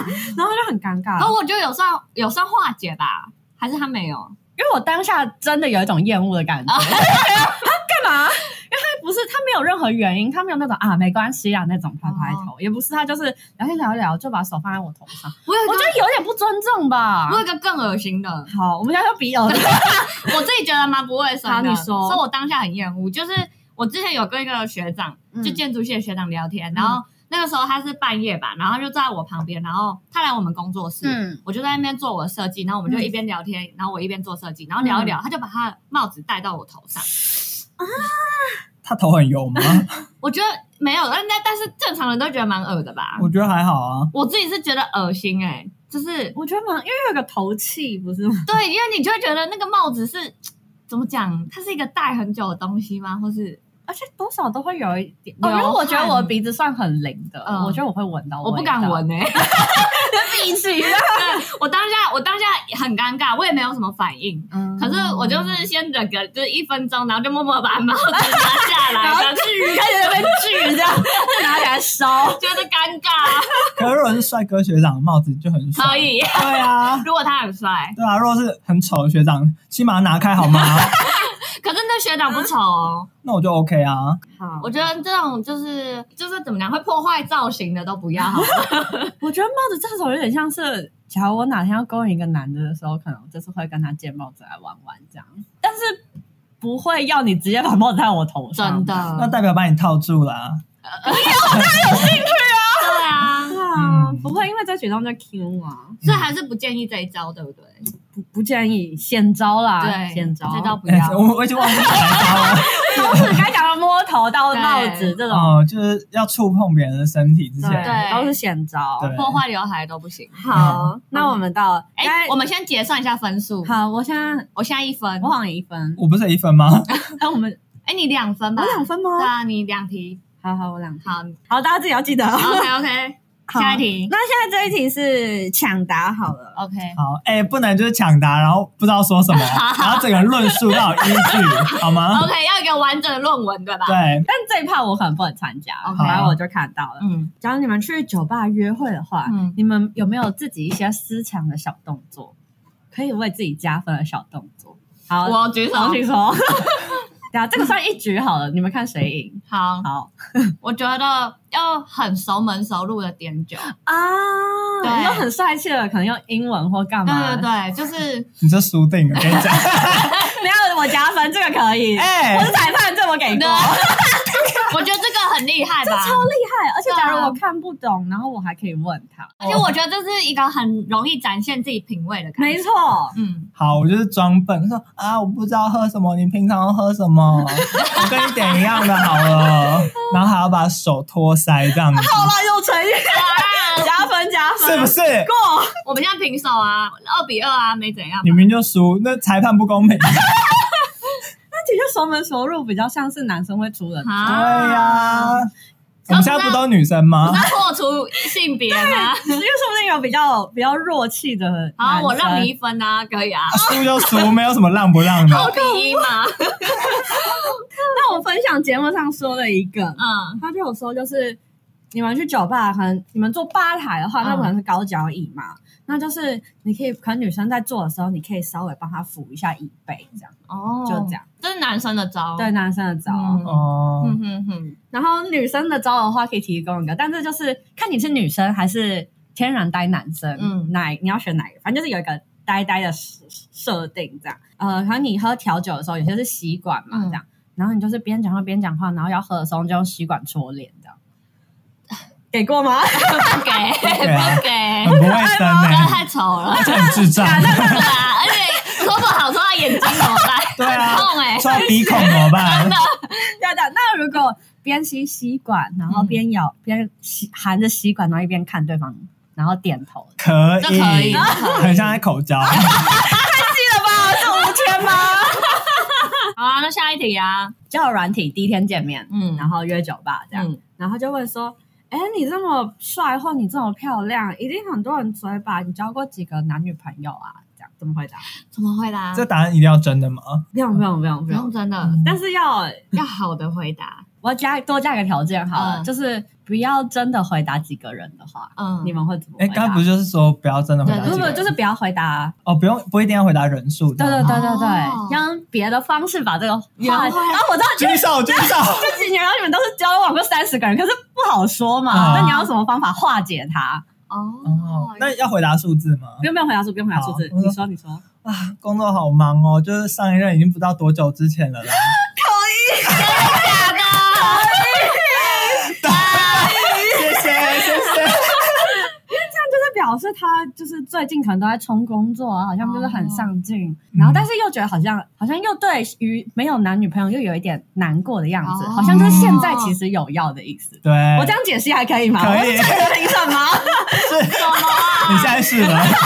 Speaker 3: 他就很尴尬
Speaker 1: 然，后我就有算有算化解吧，还是他没有？
Speaker 3: 因为我当下真的有一种厌恶的感觉。
Speaker 1: 啊
Speaker 3: 他干嘛？因为他不是他没有任何原因，他没有那种啊没关系啊那种拍拍头，也不是他就是聊天聊一聊就把手放在我头上，
Speaker 1: 我有 一
Speaker 3: 我
Speaker 1: 个
Speaker 3: 觉，得有点不尊重吧
Speaker 1: 我。有一个更恶心的，
Speaker 3: 好，我们现在就比尔，
Speaker 1: 我自己觉得蛮不卫生
Speaker 3: 好
Speaker 1: 的。
Speaker 3: 你说
Speaker 1: 所以我当下很厌恶，就是我之前有跟一个学长，
Speaker 3: 嗯
Speaker 1: 就建筑系的学长聊天，然后那个时候他是半夜吧，然后他就坐在我旁边，然后他来我们工作室，
Speaker 3: 嗯
Speaker 1: 我就在那边做我的设计，然后我们就一边聊天，然后我一边做设计，
Speaker 3: 嗯
Speaker 1: 然后聊一聊，他就把他的帽子戴到我头上，
Speaker 4: 他头很油 吗？
Speaker 1: 我觉得没有，但但但是正常人都觉得蛮恶的吧，
Speaker 4: 我觉得还好啊。
Speaker 1: 我自己是觉得恶心哎、 就是
Speaker 3: 我觉得蛮，因为有个头气不是吗？
Speaker 1: 对，因为你就会觉得那个帽子是怎么讲，它是一个戴很久的东西吗？或是
Speaker 3: 而且多少都会有一点，
Speaker 1: 哦
Speaker 3: 因为我觉得
Speaker 1: 流汗
Speaker 3: 我鼻子算很灵的，
Speaker 1: 嗯
Speaker 3: 我觉得我会闻到，
Speaker 1: 我不敢 闻，哎、欸，
Speaker 3: 鼻息。
Speaker 1: 我当下我当下很尴尬，我也没有什么反应。
Speaker 3: 嗯
Speaker 1: 可是我就是先忍个就是一分钟，然后就默 默把帽子拿下来，
Speaker 3: 然后
Speaker 1: 然后
Speaker 3: 锯，开始在那边锯 这样，拿起来烧。
Speaker 1: 觉得尴尬。
Speaker 4: 可是如果是帅哥学长的帽子就很爽，
Speaker 1: 所以
Speaker 4: 对啊，
Speaker 1: 如果他很帅，
Speaker 4: 对啊。如果是很丑的学长，起码拿开好 吗？
Speaker 1: 可是那学长不丑哦。
Speaker 4: 那我就 OK 啊。
Speaker 3: 好
Speaker 1: 我觉得这种就是就是怎么讲会破坏造型的都不要好 了。
Speaker 3: 我觉得帽子这种有点像是，假如我哪天要勾引一个男的的时候，可能我就是会跟他借帽子来玩玩这样，但是不会要你直接把帽子戴在我头上。啊
Speaker 1: 真
Speaker 4: 那
Speaker 1: 的。
Speaker 4: 代表把你套住啊啦。
Speaker 1: 对啊，
Speaker 3: 对啊，
Speaker 4: 嗯
Speaker 3: 不会因为这举动就 Q 啊，
Speaker 1: 所以还是不建议这一招，对不对？
Speaker 3: 不不建议现招啦，
Speaker 1: 对，
Speaker 3: 现招。
Speaker 1: 这招不
Speaker 4: 哎
Speaker 1: 要。
Speaker 4: 我我已经忘记哪一招 了。
Speaker 3: 都是该讲的摸头到帽子
Speaker 1: 对
Speaker 3: 这种，
Speaker 4: 哦，就是要触碰别人的身体之前，
Speaker 1: 对
Speaker 3: 都是现招。
Speaker 4: 对
Speaker 1: 破坏刘海都不行。嗯
Speaker 3: 好，那我们到
Speaker 1: 哎、我们先结算一下分数。
Speaker 3: 好，哦我现在
Speaker 1: 我现在一分
Speaker 3: 我，好像一分，
Speaker 4: 我不是一分吗？
Speaker 3: 哎，我们
Speaker 1: 哎、你两分吧
Speaker 3: 我？两分吗？
Speaker 1: 对啊，你两题。
Speaker 3: 好好，我两分。
Speaker 1: 好
Speaker 3: 好，大家自己要记得。
Speaker 1: ，OK OK，
Speaker 3: 好
Speaker 1: 下一题。
Speaker 3: 那现在这一题是抢答好了，
Speaker 1: OK，
Speaker 4: 好，哎、不能就是抢答，然后不知道说 什么，然后整个论述要有依据，好吗？
Speaker 1: OK，要一个完整的论文，对吧？
Speaker 4: 对，
Speaker 3: 但这一趴我可能不能参加，
Speaker 1: OK
Speaker 3: 反正我就看到了。
Speaker 1: 嗯，
Speaker 3: 假如你们去酒吧约会的话，
Speaker 1: 嗯
Speaker 3: 你们有没有自己一些私藏的小动作，可以为自己加分的小动作？好，
Speaker 1: 我举手。
Speaker 3: 重新说。 对啊，这个算一局好了，你们看谁赢？
Speaker 1: 好，
Speaker 3: 好
Speaker 1: 我觉得要很熟门熟路的点酒。
Speaker 3: 啊，
Speaker 1: 对
Speaker 3: 用很帅气的，可能用英文或干
Speaker 1: 对
Speaker 3: 嘛？
Speaker 1: 对对， 就是
Speaker 4: 你这输定了，我跟你讲，
Speaker 3: 对，没有我加分，这个可以。
Speaker 4: 哎、
Speaker 3: 我是裁判，这我给过。厉。
Speaker 1: 对我觉得这个很厉害吧。
Speaker 3: 害，而且
Speaker 1: 对啊
Speaker 3: 假如我看不懂，然后我还可以问他。
Speaker 1: 而且我觉得这是一个很容易展现自己品味的感
Speaker 3: 哦
Speaker 1: 觉。
Speaker 3: 没错，
Speaker 1: 嗯，
Speaker 4: 好，我就是装笨，说啊，我不知道喝什么，你平常都喝什么？ 我跟你点一样的好了，然后还要把手托腮这样子，
Speaker 3: 好了，又成语。
Speaker 1: 啊
Speaker 3: 加分加分，
Speaker 4: 是不是？
Speaker 3: 过？
Speaker 1: 我们现在平手啊，二比二啊，没怎样吧。
Speaker 4: 你明明就输，那裁判不公平。
Speaker 1: 啊
Speaker 3: 那其实熟门熟路比较像是男生会出的，
Speaker 4: 对呀、我们现在不都女生吗？
Speaker 1: 那破除性 别吗？
Speaker 3: 因为说不定有比较比较弱气的
Speaker 1: 好，我让你
Speaker 3: 你
Speaker 1: 一分啊，可以啊，
Speaker 4: 输就输，没有什么让不让的。
Speaker 1: 二比一嘛，
Speaker 3: 那我分享节目上说的一个，
Speaker 1: 嗯
Speaker 3: 他就有说，就是你们去酒吧，可能你们坐吧台的话，
Speaker 1: 嗯
Speaker 3: 那不可能是高脚椅嘛，那就是你可以，可能女生在坐的时候，你可以稍微帮她扶一下椅背，这样
Speaker 1: 哦
Speaker 3: 就这，样。
Speaker 1: 这是男生的招，
Speaker 3: 对男生的招，
Speaker 1: 嗯
Speaker 4: 哦，
Speaker 1: 嗯哼哼，
Speaker 3: 然后女生的招的话可以提供一个，但是就是看你是女生还是天然呆男生，
Speaker 1: 嗯
Speaker 3: 嗯，哪你要选哪个，反正就是有一个呆呆的设设定这样。呃，可能你喝调酒的时候，有些是吸管嘛，
Speaker 1: 嗯
Speaker 3: 这样，然后你就是边讲话边讲话，然后要喝的时候你就用吸管戳脸这 样。给过吗？
Speaker 1: 不给不给，
Speaker 4: 很不卫生
Speaker 1: 真的
Speaker 4: 哎，
Speaker 1: 太丑了，
Speaker 4: 而且很智障。
Speaker 1: 对啊，而且说不好说到眼睛怎么办？
Speaker 4: 对啊
Speaker 1: 很痛哎，
Speaker 4: 戳鼻孔怎么办？
Speaker 3: 对的。那如果边吸吸管，然后边咬、边吸含着吸管，然后一边看对方，然后点头，
Speaker 4: 可
Speaker 1: 这可以
Speaker 4: 以，很像在口交。
Speaker 1: 好啊，那下一题啊，
Speaker 3: 交友软体第一天见面，
Speaker 1: 嗯
Speaker 3: 然后约酒吧这样，
Speaker 1: 嗯
Speaker 3: 然后就会说，哎，你这么帅或你这么漂亮，一定很多人追吧？你交过几个男女朋友啊？这样怎么回答？
Speaker 1: 怎么会啦
Speaker 4: 这？答案一定要真的吗？
Speaker 3: 不用不用不用不
Speaker 1: 不用
Speaker 3: 用，
Speaker 1: 真的，
Speaker 3: 但是要
Speaker 1: 要好的回答，
Speaker 3: 我要加多加个条件好了，
Speaker 1: 嗯
Speaker 3: 就是不要真的回答几个人的话，
Speaker 1: 嗯，
Speaker 3: 你们会怎么回
Speaker 4: 哎，
Speaker 3: 答？
Speaker 4: 刚刚不是就是说不要真的回答
Speaker 1: 对
Speaker 3: 不
Speaker 4: 这
Speaker 1: 对
Speaker 3: 不
Speaker 4: 个？
Speaker 3: 就是不要回答，
Speaker 4: 哦，不用，不一定要回答人数。
Speaker 3: 对对
Speaker 4: 这样吗
Speaker 3: 对对
Speaker 1: 哦
Speaker 3: 对，用别的方式把这个话题。
Speaker 1: 圆
Speaker 3: 啊，
Speaker 1: 回
Speaker 3: 我知道，就
Speaker 4: 举手，举手。
Speaker 3: 这几年然后你们都是交往过三十个人，可是不好说嘛，
Speaker 4: 嗯
Speaker 3: 那你要有什么方法化解它？
Speaker 1: 哦
Speaker 4: 哦，，那要回答数字吗？
Speaker 3: 不用不用回答数，不用回答数字，
Speaker 4: 好
Speaker 3: 你说你说。
Speaker 4: 啊，工作好忙哦，就是上一任已经不知道多久之前了啦。
Speaker 1: 假的，
Speaker 4: 谢谢，谢谢。
Speaker 3: 就是表示他就是最近可能都在冲工作啊，好像就是很上进，
Speaker 4: 嗯
Speaker 3: 然后但是又觉得好像好像又对于没有男女朋友又有一点难过的样子，
Speaker 1: 哦
Speaker 3: 好像就是现在其实有要的意思。
Speaker 4: 对，
Speaker 3: 我这样解析还可以吗？
Speaker 4: 哎可以
Speaker 3: 我是正的评审吗？
Speaker 4: 是
Speaker 1: 怎么
Speaker 4: 你
Speaker 1: 啊？
Speaker 4: 现在是了，
Speaker 1: 那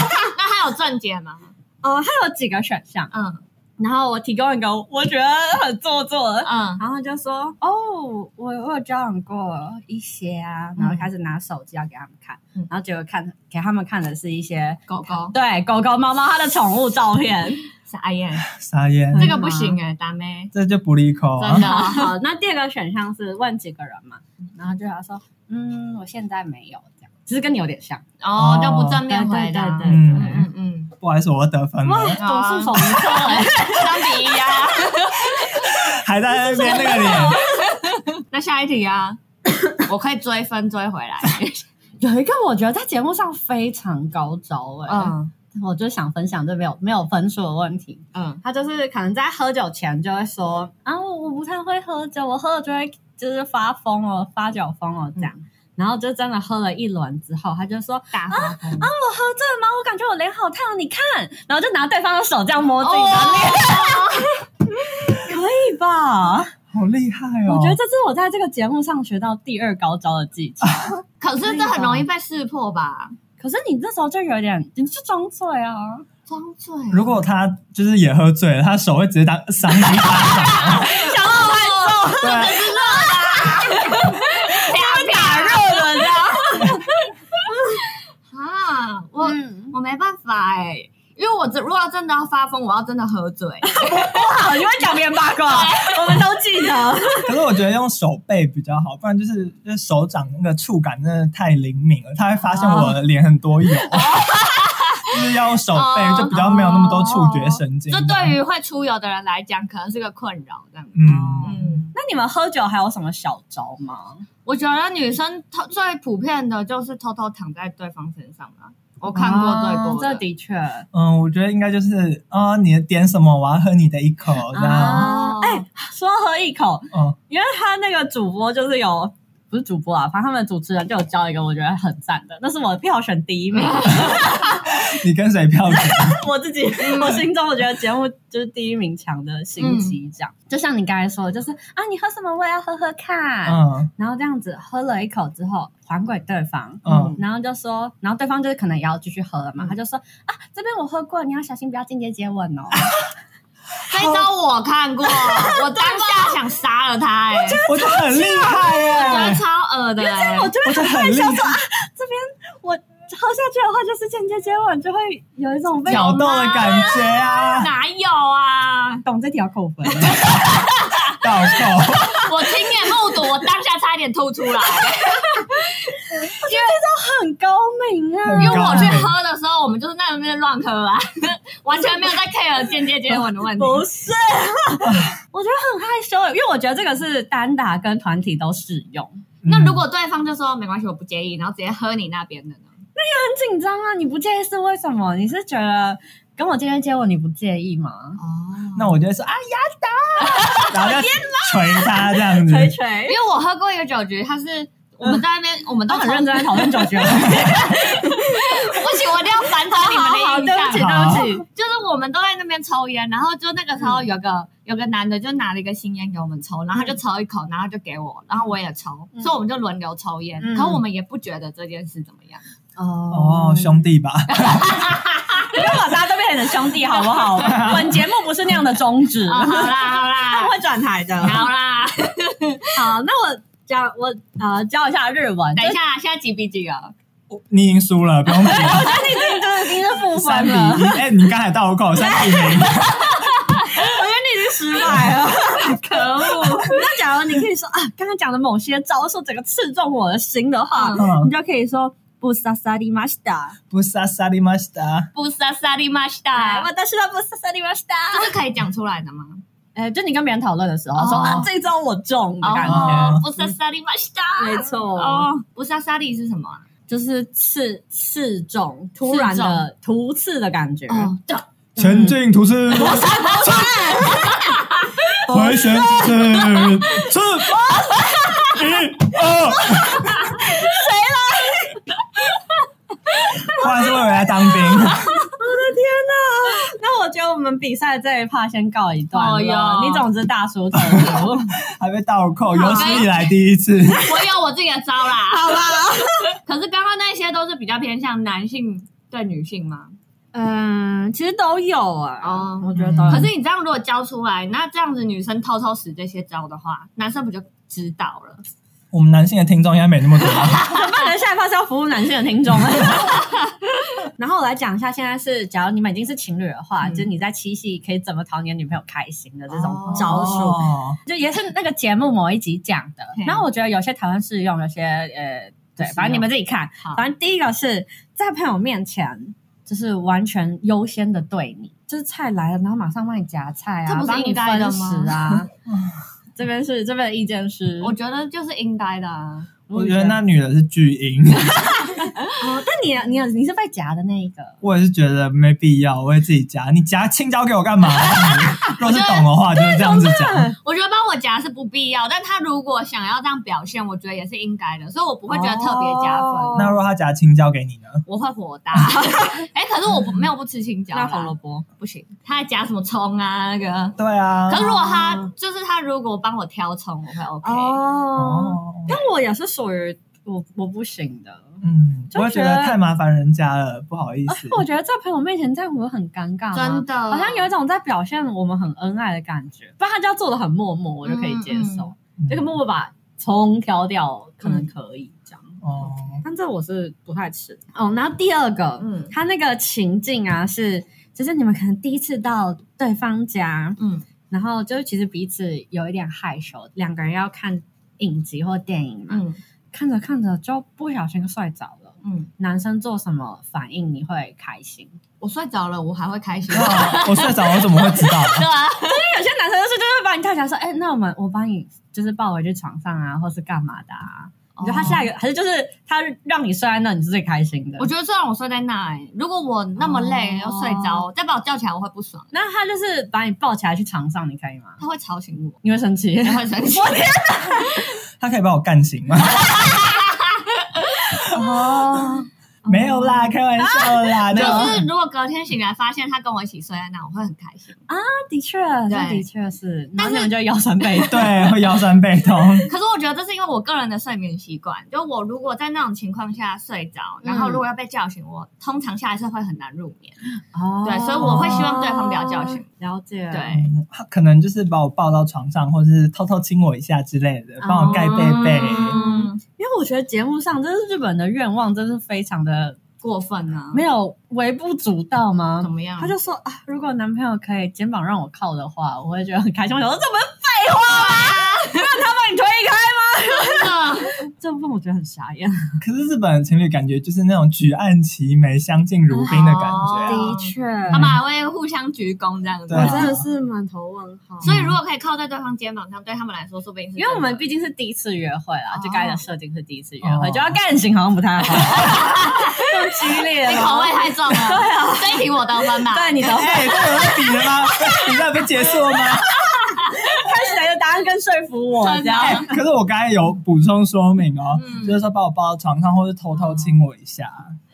Speaker 1: 他有正解吗？
Speaker 3: 呃，它有几个选项，
Speaker 1: 嗯
Speaker 3: 然后我提供一个我觉得很做作的，
Speaker 1: 嗯
Speaker 3: 然后就说哦，我我有交往过一些啊，然后开始拿手机要给他们看，
Speaker 1: 嗯
Speaker 3: 然后结果看给他们看的是一些
Speaker 1: 狗狗
Speaker 3: 对狗狗、猫猫它的宠物照片。
Speaker 1: 傻眼，
Speaker 4: 傻眼，
Speaker 1: 这个不行哎，达妹，
Speaker 4: 这就不利口啊
Speaker 1: 真。的
Speaker 3: 好好，那第二个选项是问几个人嘛，然后就他说嗯，我现在没有这样，其实跟你有点像，
Speaker 1: 哦
Speaker 4: 哦，
Speaker 1: 就不正面回嗯答，
Speaker 3: 对对
Speaker 4: 对对
Speaker 1: 嗯嗯嗯，
Speaker 4: 不好意思，我得分
Speaker 3: 哇，
Speaker 4: 了，
Speaker 3: 总数手不错 哎，
Speaker 1: 三比一啊。
Speaker 4: 还在那边那个脸。
Speaker 1: 那下一题 啊，我可以追分追回来。
Speaker 3: 有一个我觉得在节目上非常高招哎、
Speaker 1: 嗯
Speaker 3: 我就想分享这没有没有分数的问题，
Speaker 1: 嗯
Speaker 3: 他就是可能在喝酒前就会说啊，我我不太会喝酒，我喝了就会就是发疯哦，发酒疯哦这样。然后就真的喝了一轮之后，他就说：“
Speaker 1: 大发疯
Speaker 3: 啊，我喝醉了吗？我感觉我脸好烫，你看。”然后就拿对方的手这样摸自己的
Speaker 1: 哦
Speaker 3: 脸，可以吧？
Speaker 4: 好厉害哦！
Speaker 3: 我觉得这是我在这个节目上学到第二高招的技 巧。
Speaker 1: 可是这很容易被识破吧？
Speaker 3: 可是你那时候就有点，你是装醉啊，
Speaker 1: 装醉。
Speaker 4: 如果他就是也喝醉了，他手会直接当赏你一巴
Speaker 1: 想到太重，
Speaker 4: 掌。 对，
Speaker 1: 打
Speaker 3: 热的 这样。
Speaker 1: 啊！我
Speaker 3: 嗯
Speaker 1: 我没办法哎、因为我只如果要真的要发疯，我要真的喝醉，
Speaker 3: 好， 你会讲别人八卦， 我们都 记得。
Speaker 4: 可是我觉得用手背比较好，不然就是就是手掌那个触感真的太灵敏了，他会发现我的脸很多油。就是要用手
Speaker 1: 哦
Speaker 4: 背，就比较没有那么多触觉神经。
Speaker 1: 这对于会出游的人来讲，可能是个困扰这样。
Speaker 4: 嗯，
Speaker 1: 嗯，
Speaker 3: 那你们喝酒还有什么小招吗？
Speaker 1: 我觉得女生偷最普遍的就是偷偷躺在对方身上啊，我看过最多的、
Speaker 3: 哦这的确。
Speaker 4: 嗯，我觉得应该就是啊、你点什么，我要喝你的一口这样。
Speaker 1: 哦
Speaker 3: 啊，哎、说到喝一口，
Speaker 4: 哦，
Speaker 3: 因为他那个主播就是有，不是主播啊，反正他们的主持人就有教一个我觉得很赞的，那是我的票选第一 名，
Speaker 4: 你跟谁票选？
Speaker 3: 我自己我心中我觉得节目就是第一名强的心机，这样、嗯就像你刚才说的，就是啊，你喝什么我也要喝喝看，
Speaker 4: 嗯
Speaker 3: 然后这样子喝了一口之后还给对方。
Speaker 4: 嗯，
Speaker 3: 然后就说，然后对方就是可能也要继续喝了嘛，
Speaker 1: 嗯
Speaker 3: 他就说啊，这边我喝过，你要小心不要间接接吻哦。
Speaker 1: 这一招我看过，我当下想杀了他、欸，哎，
Speaker 4: 我觉得很厉害
Speaker 1: 我觉
Speaker 4: 耶
Speaker 1: 得，超恶的、欸，
Speaker 3: 我就
Speaker 4: 我
Speaker 3: 会
Speaker 4: 觉得很厉
Speaker 3: 想说
Speaker 4: 害，
Speaker 3: 这边我喝下去的话，就是间接接吻，就会有一种被
Speaker 4: 挑逗的感觉啊，
Speaker 1: 哪有啊？
Speaker 3: 懂这条 扣分。
Speaker 4: 导购。
Speaker 1: 我亲眼目睹，我当下差一点吐出 来。
Speaker 3: 很高明啊！
Speaker 1: 因为我去喝的时候，我们就是在那边乱喝啊， 完全没有在 care 间接接吻的问题。
Speaker 3: 不 是，啊我觉得很害羞，因为我觉得这个是单打跟团体都适用，很
Speaker 1: 那如果对方就说没关系，我不介意，然后直接喝你那边的呢？
Speaker 3: 紧张啊！你不介意是为什么？你是觉得跟我今天接吻你不介意吗？
Speaker 1: 哦，
Speaker 4: 那我就会说啊呀达，然后就捶他这样子，
Speaker 3: 锤
Speaker 1: 因
Speaker 3: 锤，
Speaker 1: 为我喝过一个酒局，他是我们在那边，我们都
Speaker 3: 都很认真在
Speaker 1: 从。
Speaker 3: 讨论酒 局。
Speaker 1: 不行，我一定要反转你们的
Speaker 3: 好，
Speaker 1: 印
Speaker 3: 对
Speaker 1: 象。
Speaker 3: 不起，对不起，
Speaker 1: 就是我们都在那边抽烟，然后就那个时候有个、有个男的就拿了一个新烟给我们抽，然后他就抽一口，然后就给我，然后我也抽，
Speaker 3: 嗯
Speaker 1: 所以我们就轮流抽烟。
Speaker 3: 嗯
Speaker 1: 可我们也不觉得这件事怎么样，
Speaker 4: 哦，兄弟 吧，
Speaker 3: 不要把大家都变成兄弟好不 好？本节目不是那样的宗旨，
Speaker 1: 哦，好啦
Speaker 3: 他们
Speaker 1: 好啦
Speaker 3: 会转台的。
Speaker 1: 好啦，
Speaker 3: 好，那我教我呃教一下日文，
Speaker 1: 等一下，现在几比几了？
Speaker 4: 你已经输了，不用比 了，
Speaker 3: 这已经是负
Speaker 4: 三
Speaker 3: 分
Speaker 4: 比
Speaker 3: 了，
Speaker 4: 一。哎，你刚才倒扣三比 零，
Speaker 3: 失败 了。
Speaker 1: 可恶！
Speaker 3: 那假如你可以说啊，刚刚讲的某些招数整个刺中我的心的话，
Speaker 1: 嗯
Speaker 4: 嗯
Speaker 3: 你就可以说不萨萨利马西达，
Speaker 4: 不杀杀利马西达，
Speaker 1: 不萨萨利马西
Speaker 3: 哎，
Speaker 1: 达
Speaker 3: 我，但是他不萨萨利马西达。
Speaker 1: 这是可以讲出来的吗？
Speaker 3: 哎，就你跟别人讨论的时候说
Speaker 1: 哦
Speaker 3: 啊，这一招我中的感觉，
Speaker 1: 哦，不萨萨利马西达，
Speaker 3: 没错
Speaker 1: 哦，不萨萨利是什么啊？
Speaker 3: 就是刺刺中，突然的突刺的感觉。
Speaker 1: 哦，对，
Speaker 4: 前进突 刺，回旋突刺，刺，一 二，谁来？我还是为我来当兵，
Speaker 3: 那我觉得我们比赛这一趴先告一段
Speaker 1: 哦
Speaker 3: 落，
Speaker 1: 哟
Speaker 3: 你总之大输特输。
Speaker 4: 还被倒扣，有史以来第一次。
Speaker 1: 我有我自己的 招啦。好啦， 可是刚刚那些都是比较偏向男性对女性嘛。
Speaker 3: 嗯，其实都有啊
Speaker 1: 哦，
Speaker 3: 我觉得都有。
Speaker 1: 可是你这样如果教出来，那这样子女生偷偷使这些招的话，男生不就知道了？
Speaker 4: 我们男性的听众应该没那么多，
Speaker 3: 怎么办？下一趴是要服务男性的听众。 然后我来讲一下，现在是假如你们已经是情侣的话，
Speaker 1: 嗯
Speaker 3: 就是你在七夕可以怎么讨你的女朋友开心 的这种招数，
Speaker 4: 哦
Speaker 3: 就也是那个节目某一集讲的
Speaker 1: 嘿。
Speaker 3: 然后我觉得有些台湾适用，有些呃，对
Speaker 1: 不适，用
Speaker 3: 反正你们自己看。
Speaker 1: 好
Speaker 3: 反正第一个是在朋友面前，就是完全优先的对你，就是菜来了，然后马上帮你夹菜
Speaker 1: 这
Speaker 3: 啊，
Speaker 1: 不是
Speaker 3: 帮你
Speaker 1: 应该的
Speaker 3: 分
Speaker 1: 吗
Speaker 3: 食 啊。这边是这边的意见是，
Speaker 1: 我觉得就是应该的、啊。
Speaker 4: 我觉得那女的是巨婴，
Speaker 3: 哦，但你你有你是被夹的那一个。
Speaker 4: 我也是觉得没必要，我会自己夹。你夹青椒给 我干嘛？如果是懂的话，就是这样子讲。
Speaker 1: 我觉得帮我夹是不必要，但他如果想要这样表现，我觉得也是应该的，所以我不会觉得特别加分。
Speaker 3: 哦
Speaker 4: 那如果她夹青椒给你呢？
Speaker 1: 我会火 大，哎、可是我不没有不吃青椒啦，
Speaker 3: 卜，
Speaker 1: 不行，他还夹什么葱啊那
Speaker 3: 哦
Speaker 1: 个。
Speaker 4: 对啊
Speaker 1: 可，是如果他就是他如果帮我挑葱，我会 OK。
Speaker 3: 哦，
Speaker 4: 哦，
Speaker 3: 但我也是属于我我不行的，
Speaker 4: 嗯，
Speaker 3: 就
Speaker 4: 我会觉
Speaker 3: 觉
Speaker 4: 得
Speaker 3: 得
Speaker 4: 太麻烦人家了，不好意思。
Speaker 3: 哦我觉得在朋友面前这样我很尴尬啊，
Speaker 1: 真的
Speaker 3: 好像有一种在表现我们很恩爱的感觉，不然他就要做的很默默，我就可以接受，
Speaker 4: 嗯
Speaker 3: 这个默默把葱挑掉可能可以这样。
Speaker 4: 哦，
Speaker 3: 但这我是不太吃哦。然后第二个，嗯
Speaker 1: 嗯，
Speaker 3: 他那个情境啊是，就是你们可能第一次到对方家，
Speaker 1: 嗯，
Speaker 3: 然后就其实彼此有一点害羞，两个人要看影集或电影嘛，
Speaker 1: 嗯
Speaker 3: 看着看着就不小心睡着了。
Speaker 1: 嗯，
Speaker 3: 男生做什么反应你会开心？
Speaker 1: 我睡着了，我还会 开心。
Speaker 4: 那啊我睡着，我怎么会知道？
Speaker 1: 对啊，
Speaker 3: 因为哎有些男生就是就是把你跳起来说，哎、那我们我帮你就是抱回去床上啊，或是干嘛的啊？你觉得他下一个还是就是他让你睡在那，你是最开心的
Speaker 1: 我。觉得虽然我睡在那、欸，如果我那么累
Speaker 3: 哦
Speaker 1: 又睡着，再把我叫起来，我会不爽，
Speaker 3: 那他就是把你抱起来去床上，你可以吗？
Speaker 1: 他会吵醒 我，
Speaker 3: 你会生气？
Speaker 1: 我会生气。
Speaker 4: 他可以把我干醒吗？
Speaker 3: 哦，
Speaker 4: 没有啦，开玩笑的啦，
Speaker 1: 就
Speaker 4: 那
Speaker 1: 是如果隔天醒来发现他跟我一起睡在那，我会很开心。
Speaker 3: 那的确，这的确是，然
Speaker 1: 但
Speaker 3: 后
Speaker 1: 是
Speaker 3: 你们就腰酸背痛。
Speaker 4: 对会腰酸背痛，
Speaker 1: 可是我觉得这是因为我个人的睡眠习惯，就我如果在那种情况下睡着，然后如果要被叫醒，我通常下一次会很难入眠。
Speaker 3: 哦
Speaker 1: 对，所以我会希望对方不要叫醒。
Speaker 3: 了解，
Speaker 1: 对
Speaker 4: 嗯他可能就是把我抱到床上，或者是偷偷亲我一下之类的，帮我盖被被。
Speaker 1: 嗯
Speaker 3: 因为我觉得节目上这是日本的愿望，真是非常的
Speaker 1: 过分啊，
Speaker 3: 没有微不足道吗？
Speaker 1: 怎么样？
Speaker 4: 嗯
Speaker 3: 他就说啊，如果男朋友可以肩膀让我靠的话，我会觉得很开心。我想说这不是 废话吗？让他帮你推开， 这部分我觉得很傻眼。
Speaker 4: 可是日本的情侣感觉就是那种举案齐眉、相敬如宾的感
Speaker 1: 对
Speaker 4: 觉、
Speaker 1: 哦
Speaker 4: 啊。
Speaker 1: 的
Speaker 3: 确，
Speaker 1: 他们还会互相鞠躬这样子
Speaker 4: 对。啊
Speaker 3: 真的是满头问号。
Speaker 1: 所以如果可以靠在对方肩膀上，对他们来说，说不定是
Speaker 3: 因为我们
Speaker 1: 真的
Speaker 3: 毕竟是第一次约会啦
Speaker 1: 哦，
Speaker 3: 就刚才的设定是第一次约会，
Speaker 4: 哦
Speaker 3: 就要干醒好像不太好， 更激烈
Speaker 1: 你口味
Speaker 3: 了。
Speaker 1: 太重 了。对啊，这一题我得分吧。
Speaker 3: 对，你的
Speaker 4: 哎，这有在比的吗？ 你在被结束了吗？
Speaker 3: 开始的答案更说服我，
Speaker 1: 真的
Speaker 3: 这样
Speaker 4: 可是我刚才有补充说明哦，
Speaker 1: 嗯
Speaker 4: 就是说把我抱到床上，或是偷偷亲我一下。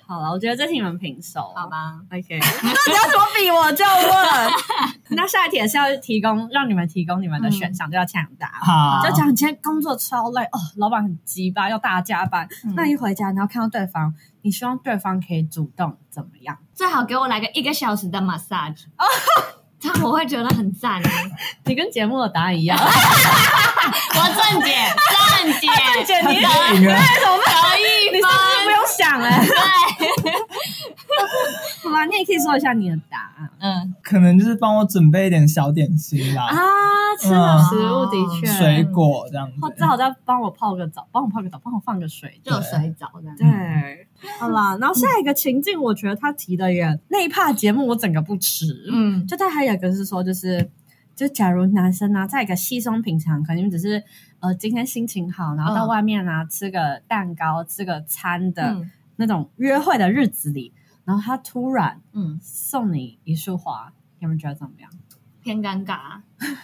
Speaker 3: 好了，我觉得这题你们平手，
Speaker 1: 好吧，
Speaker 3: OK，那你 要怎么比我就问。 那下一题也是要提供让你们提供你们的选项，就要抢答。
Speaker 4: 好，
Speaker 3: 就讲你今天工作超累哦，老板很鸡巴，要大加班。那一回家，你要看到对方，你希望对方可以主动怎么样？
Speaker 1: 最好给我来个一个小时 的 massage，这样我会觉得很赞欸。
Speaker 3: 你跟节目的答案一样，
Speaker 1: 我正解，正解，
Speaker 3: 姐 你
Speaker 4: 他赢了，
Speaker 1: 得一
Speaker 3: 哎你是不是不
Speaker 1: 分。
Speaker 3: 用想哎、
Speaker 1: 对，
Speaker 3: 好吧，你也可以说一下你的答案
Speaker 1: 嗯，
Speaker 4: 可能就是帮我准备一点小点心啦，
Speaker 3: 啊。吃了食物的确，
Speaker 4: 水果这样
Speaker 3: 或
Speaker 4: 子
Speaker 3: 最。好再帮我泡个澡，帮我泡个澡，帮我放个水。
Speaker 1: 就有水澡这样。
Speaker 3: 对，好啦，然后下一个情境，我觉得他提的也那一趴节目，我整个不吃。嗯，
Speaker 1: 嗯，
Speaker 3: 就但还有一个是说，就是就假如男生呢、啊，在一个稀松平常，可能你们只是呃今天心情好，然后到
Speaker 1: 嗯
Speaker 3: 外面啊、吃个蛋糕、吃个餐的、
Speaker 1: 嗯
Speaker 3: 那种约会的日子里，然后他突然
Speaker 1: 嗯，
Speaker 3: 送你一束花，你们觉得怎么样？
Speaker 1: 偏尴尬。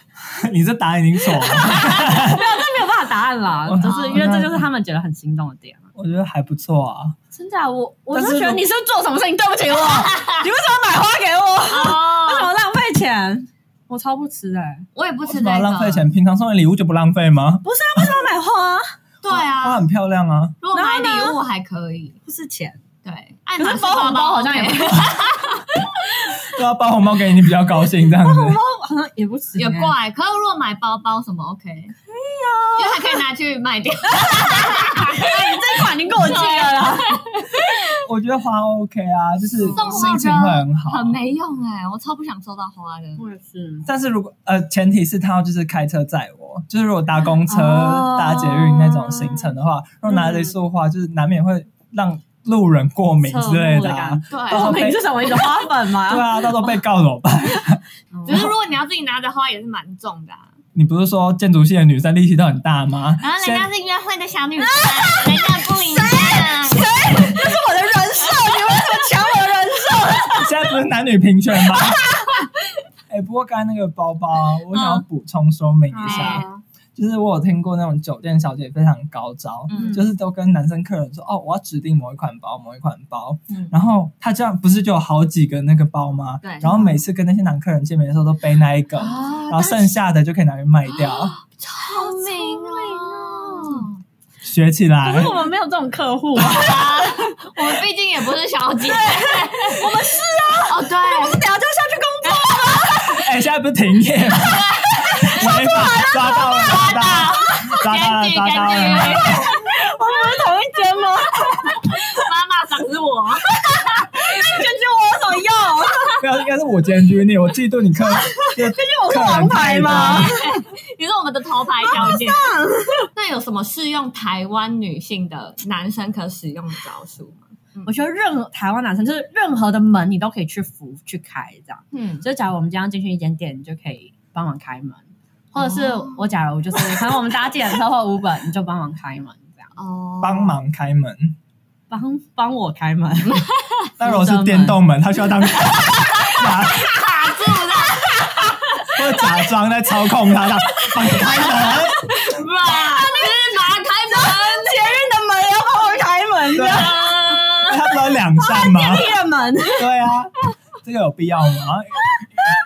Speaker 4: 你这答案已经错了，
Speaker 3: 这没有办法答案啦，
Speaker 4: 哦
Speaker 3: 就是因为这就是他们觉得很心动的点。
Speaker 4: 我觉得还不错啊。
Speaker 3: 真的啊、我我
Speaker 4: 但
Speaker 3: 就是觉得
Speaker 4: 如
Speaker 3: 你是不是做什么事情对不起我， 你为什么买花给我？ 为什
Speaker 1: 哦，
Speaker 3: 么浪费钱？我超不吃的、欸
Speaker 1: 我也不
Speaker 4: 为
Speaker 1: 吃
Speaker 4: 什
Speaker 1: 这
Speaker 4: 么
Speaker 1: 个。
Speaker 4: 要浪费。钱？平常送你礼物就不浪费吗？
Speaker 3: 不是啊，为什么买花？
Speaker 1: 对
Speaker 4: 花
Speaker 1: 啊，
Speaker 4: 很漂亮啊。
Speaker 1: 如果买礼物还可以。
Speaker 3: 不是钱，
Speaker 1: 对，哎爱
Speaker 3: 可
Speaker 1: 马
Speaker 3: 是
Speaker 1: 仕
Speaker 3: 包红包好像也不
Speaker 1: OK
Speaker 4: 对啊，包红包给你，你比较高兴这样 子。
Speaker 3: 好像也不吃、
Speaker 1: 也
Speaker 3: 欸。
Speaker 1: 怪。可是如果买包包什么 OK，可以啊，因为还可以拿去卖掉。
Speaker 3: 哎这一款已经过季了啦。
Speaker 4: 我觉得花 OK 啊，就是
Speaker 1: 送花
Speaker 4: 心情
Speaker 1: 觉得
Speaker 4: 会很好。啊
Speaker 1: 很没用哎、我超不想收到花的。
Speaker 3: 我也是。
Speaker 4: 但是如果呃，前提是他要就是开车载我，就是如果搭公车、
Speaker 3: 哦
Speaker 4: 搭捷运那种行程的话，如果拿着一束花，就是难免会让路人过敏之类
Speaker 3: 侧
Speaker 4: 的、
Speaker 3: 目
Speaker 4: 啊。
Speaker 1: 对，
Speaker 4: 哦
Speaker 3: 我们是什么？你的花粉吗？
Speaker 4: 对啊，到时候被告怎么办？
Speaker 3: 嗯，
Speaker 1: 只是如果你要自己拿着花，也是蛮重的、啊。
Speaker 4: 你不是说建筑系的女生力气都很大吗？
Speaker 1: 然后啊人
Speaker 4: 先
Speaker 1: 家是约会的小女生，人家不一样。
Speaker 3: 这是我的人设，你为什么抢我的人设？
Speaker 4: 现在不是男女平权吗？ 哎、不过刚才那个包包，我想要
Speaker 3: 嗯
Speaker 4: 补充说明一下，
Speaker 3: 哦
Speaker 1: 嗯
Speaker 4: 就是我有听过那种酒店小姐非常高招，
Speaker 1: 嗯
Speaker 4: 就是都跟男生客人说，哦，我要指定某一款包，某一款包，
Speaker 1: 嗯
Speaker 4: 然后他这样不是就有好几个那个包吗？
Speaker 1: 对
Speaker 4: 然后每次跟那些男客人见面的时候都背那一个，
Speaker 3: 哦
Speaker 4: 然后剩下的就可以拿去卖掉，
Speaker 1: 好明哦！
Speaker 4: 学起来
Speaker 3: 可。是我们没有这种客户啊，
Speaker 1: 啊，我们毕竟也不是小姐，我们是啊。哦，对，
Speaker 3: 等下就下去工作。
Speaker 4: 哎、现在不是停业 吗？违法，抓到了，抓到了，抓到
Speaker 1: 赶
Speaker 4: 了，
Speaker 1: 紧
Speaker 4: 抓到
Speaker 1: 赶紧，
Speaker 4: 了。
Speaker 3: 我们是同一间吗？ 哎
Speaker 1: 妈妈赏识我。
Speaker 3: 根据我有什么用？
Speaker 4: 没有，应该是我检举你，我嫉妒你客，这是
Speaker 3: 我是王牌吗？
Speaker 1: 你是我们的头牌小姐。 那有什么适用台湾女性的男生可使用的招数吗？
Speaker 3: 我觉得任何台湾男生，就是任何的门你都可以去扶去开，这样。
Speaker 1: 嗯，
Speaker 3: 就假如我们今天要进去一间店，你就可以帮忙开门，或者是我假如就是可能我们搭计程车或五本，你就帮忙开门，这样
Speaker 1: 哦，
Speaker 4: 帮忙开门。
Speaker 3: 帮帮我开门。
Speaker 4: 那如果是电动门，他需要当假
Speaker 1: 卡住了，
Speaker 4: 或者假装在操控他，让帮你开门。
Speaker 1: 不然芝麻开门。啊
Speaker 3: 捷运的门也要帮我开门
Speaker 4: 对，
Speaker 3: 这样
Speaker 4: 他不知道两扇吗？
Speaker 5: 热门，
Speaker 4: 对啊，这个有必要吗？然后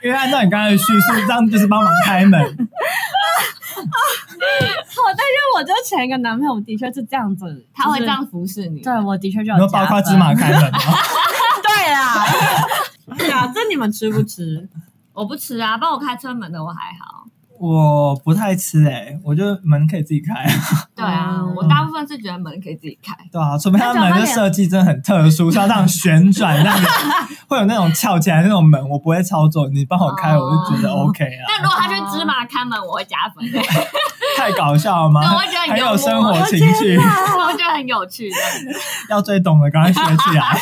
Speaker 4: 因为按照你刚才的叙述，这样就是帮忙开门。
Speaker 3: 但是我就前一个男朋友的确是这样子，
Speaker 1: 他会
Speaker 3: 就
Speaker 1: 这
Speaker 3: 是
Speaker 1: 样服侍你。
Speaker 3: 对我的确就有
Speaker 4: 然后
Speaker 3: 加
Speaker 4: 包括
Speaker 3: 分
Speaker 4: 芝麻开门吗？
Speaker 3: 对啊啦， 对啊，这你们吃不吃？
Speaker 1: 我不吃啊，帮我开车门的我还好。
Speaker 4: 我不太吃哎、我觉得门可以自己开，
Speaker 1: 对啊，
Speaker 3: 嗯
Speaker 1: 我大部分是觉得门可以自己开。
Speaker 4: 对啊，除非它门的设计真的很特 殊，像那种旋转，让你会有那种翘起来那种门，我不会操作，你帮我开，我就觉得 OK
Speaker 1: 但
Speaker 4: 啊，
Speaker 1: 如果他去芝麻开门，我会加 分的，
Speaker 4: 太搞笑了吗？
Speaker 1: 对我觉得很
Speaker 4: 很
Speaker 1: 幽
Speaker 4: 有
Speaker 1: 默
Speaker 4: 生活情 趣，
Speaker 1: 我觉得很有趣的。
Speaker 4: 要最懂的赶快学起来。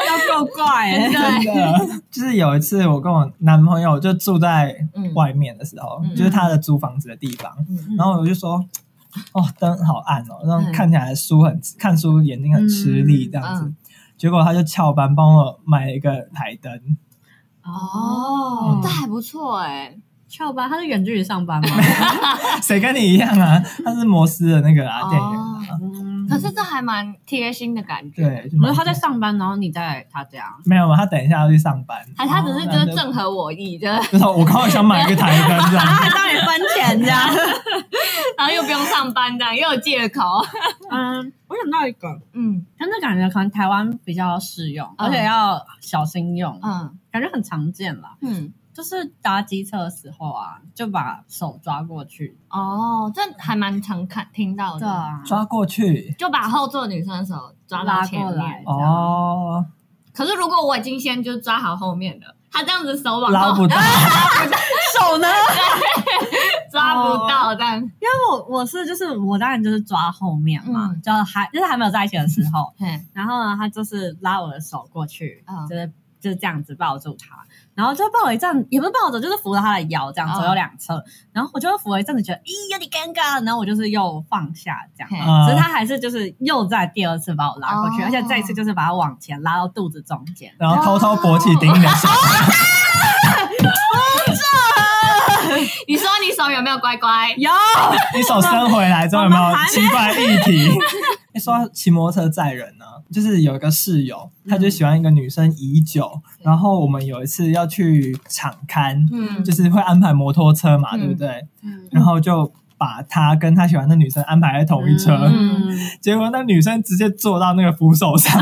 Speaker 3: 要够怪欸
Speaker 1: 对，
Speaker 4: 真的，就是有一次我跟我男朋友就住在
Speaker 1: 嗯
Speaker 4: 外面的时候，
Speaker 1: 嗯
Speaker 4: 就是他的租房子的地方，
Speaker 1: 嗯
Speaker 4: 然后我就说。哦，灯好暗哦，然后
Speaker 1: 嗯
Speaker 4: 看起来书很看书眼睛很吃力这样子。
Speaker 1: 嗯
Speaker 4: 结果他就翘班帮我买了一个台灯，
Speaker 1: 哦
Speaker 4: 嗯，
Speaker 1: 这还不错哎。
Speaker 3: 翘班，他是远距离上 班吗？
Speaker 4: 谁跟你一样啊？他是摩斯的那个啊，电影啊。
Speaker 1: 哦，
Speaker 3: 嗯，
Speaker 1: 可是这还蛮贴心的感觉。
Speaker 4: 对，就
Speaker 3: 不
Speaker 4: 蛮
Speaker 3: 是他在上班，然后你在他家。
Speaker 4: 没有嘛？他等一下要去上班，
Speaker 1: 还哎他
Speaker 3: 哦
Speaker 1: 只是就是正合我意，哦就是
Speaker 4: 就是我刚好想买一个台灯这 样。
Speaker 3: 还让你分钱这样。
Speaker 1: 然后又不用上班这样，又有借口。
Speaker 3: 嗯，我想到一个，
Speaker 1: 嗯
Speaker 3: 但那感觉可能台湾比较适用，
Speaker 1: 嗯
Speaker 3: 而且要小心用，
Speaker 1: 嗯
Speaker 3: 感觉很常见啦。
Speaker 1: 嗯，
Speaker 3: 就是搭机车的时候啊，就把手抓过去。
Speaker 1: 哦，这还蛮常看听到的。
Speaker 3: 对啊，
Speaker 4: 抓过去
Speaker 1: 就把后座女生的手抓到
Speaker 3: 拉
Speaker 1: 前
Speaker 3: 过来
Speaker 1: 面。。
Speaker 4: 哦，
Speaker 1: 可是如果我已经先就抓好后面的，他这样子手往
Speaker 4: 捞
Speaker 1: 后
Speaker 4: 不 到。
Speaker 3: 手呢？
Speaker 1: 抓不
Speaker 3: 哦
Speaker 1: 到，这样
Speaker 3: 因为我我是就是我当然就是抓后面嘛，
Speaker 1: 嗯
Speaker 3: 就还就是还没有在一起的时候，
Speaker 1: 嗯
Speaker 3: 然后呢，他就是拉我的手过去，
Speaker 1: 嗯
Speaker 3: 就是就是这样子抱住他，然后就抱了一阵，也不是抱着，就是扶着他的腰，这样
Speaker 1: 嗯
Speaker 3: 左右两侧，然后我就扶了一阵子，觉得咦有点尴尬，然后我就是又放下这样。
Speaker 1: 嗯
Speaker 3: 所以
Speaker 4: 嗯
Speaker 3: 他还是就是又在第二次把我拉过去，
Speaker 1: 哦
Speaker 3: 而且这一次就是把他往前拉到肚子中间。
Speaker 4: 然后偷偷勃起顶你的手，
Speaker 1: 你说你手有没有乖乖？
Speaker 3: 有，
Speaker 4: 你手伸回来之后有没有奇怪议题？ 你说到骑摩托车载人呢、就是有一个室友，他就喜欢一个女
Speaker 1: 嗯
Speaker 4: 生已久，然后我们有一次要去场刊，
Speaker 1: 嗯
Speaker 4: 就是会安排摩托车嘛，
Speaker 1: 嗯
Speaker 4: 对不对？然后就把他跟他喜欢的女生安排在同一车，
Speaker 1: 嗯，
Speaker 4: 结果那女生直接坐到那个扶手 上，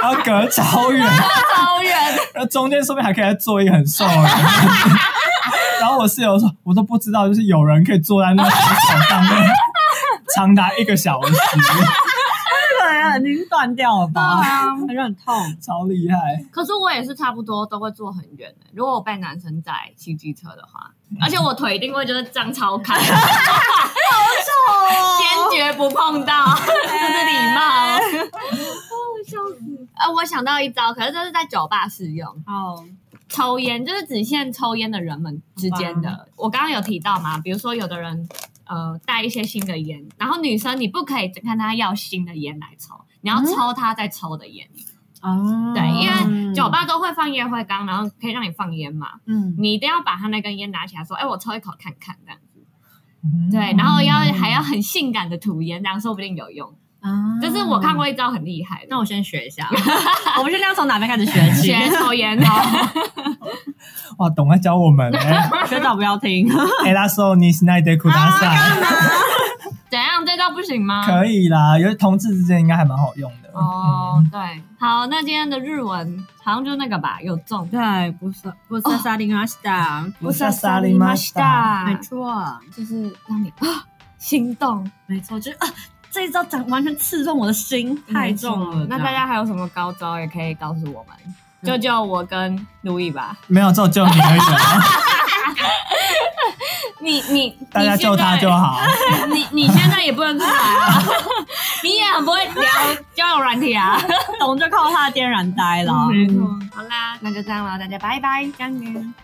Speaker 4: 然后隔超远，
Speaker 1: 超远，
Speaker 4: 然后中间说不定还可以再坐一个很瘦的 人。然后我室友说，我都不知道，就是有人可以坐在那个扶手上面长达一个小时，
Speaker 3: 对啊，已经断掉了 吧？
Speaker 1: 对啊
Speaker 3: 还是很痛。
Speaker 4: 超厉害。
Speaker 1: 可是我也是差不多都会坐很远的、如果我被男生载骑机车的话，而且我腿一定会就是张超开，
Speaker 3: 哦
Speaker 1: 坚决不碰 到，这是礼貌。笑死！啊，我想到一招，可是这是在酒吧适用，
Speaker 3: 好，
Speaker 1: 抽烟就是只限抽烟的人们之间的。我刚刚有提到嘛，比如说有的人呃带一些新的烟，然后女生你不可以只看她要新的烟来抽，你要抽她在抽的烟。
Speaker 3: 哦，
Speaker 1: 对，因为酒吧都会放烟灰缸，然后可以让你放烟嘛，
Speaker 3: 嗯，
Speaker 1: 你一定要把他那根烟拿起来说，哎，我抽一口看看这样子。
Speaker 4: 嗯
Speaker 1: 对，然后要还要很性感的吐烟，这样说不定有用。
Speaker 3: 啊
Speaker 1: 就是我看，过一招很厉害的
Speaker 3: 那，我先学一下， 我们现在要从哪边开始学起？
Speaker 1: 学 抽烟。
Speaker 4: 哇，懂在教我们哎、
Speaker 3: 学长不要听，
Speaker 4: 欸，拉手你是奈德苦大 赛，
Speaker 1: 怎样？这招不行吗？
Speaker 4: 可以啦，有同志之间应该还蛮好用的。嗯
Speaker 1: 哦，对，好，那今天的日文好像就那个吧，有中。
Speaker 3: 对，不是不是萨利马西达，
Speaker 4: 不是萨利马西达，
Speaker 1: 啊
Speaker 3: 没错，
Speaker 1: 就是让你啊心动
Speaker 3: 没错，就是啊，这一招讲完全刺中我的心，太重了。
Speaker 1: 那大家还有什么高招也可以告诉我们，
Speaker 3: 嗯
Speaker 1: 救救我跟路易吧。
Speaker 4: 没有就救你而已 啊，
Speaker 1: 你你
Speaker 4: 大家救他就。好。
Speaker 1: 你现在你 你现在也不能出来啊， 你也很不会聊交友软体啊。
Speaker 3: 懂就靠他的天然呆了。
Speaker 1: 好啦，那就这样了，大家拜拜，干你。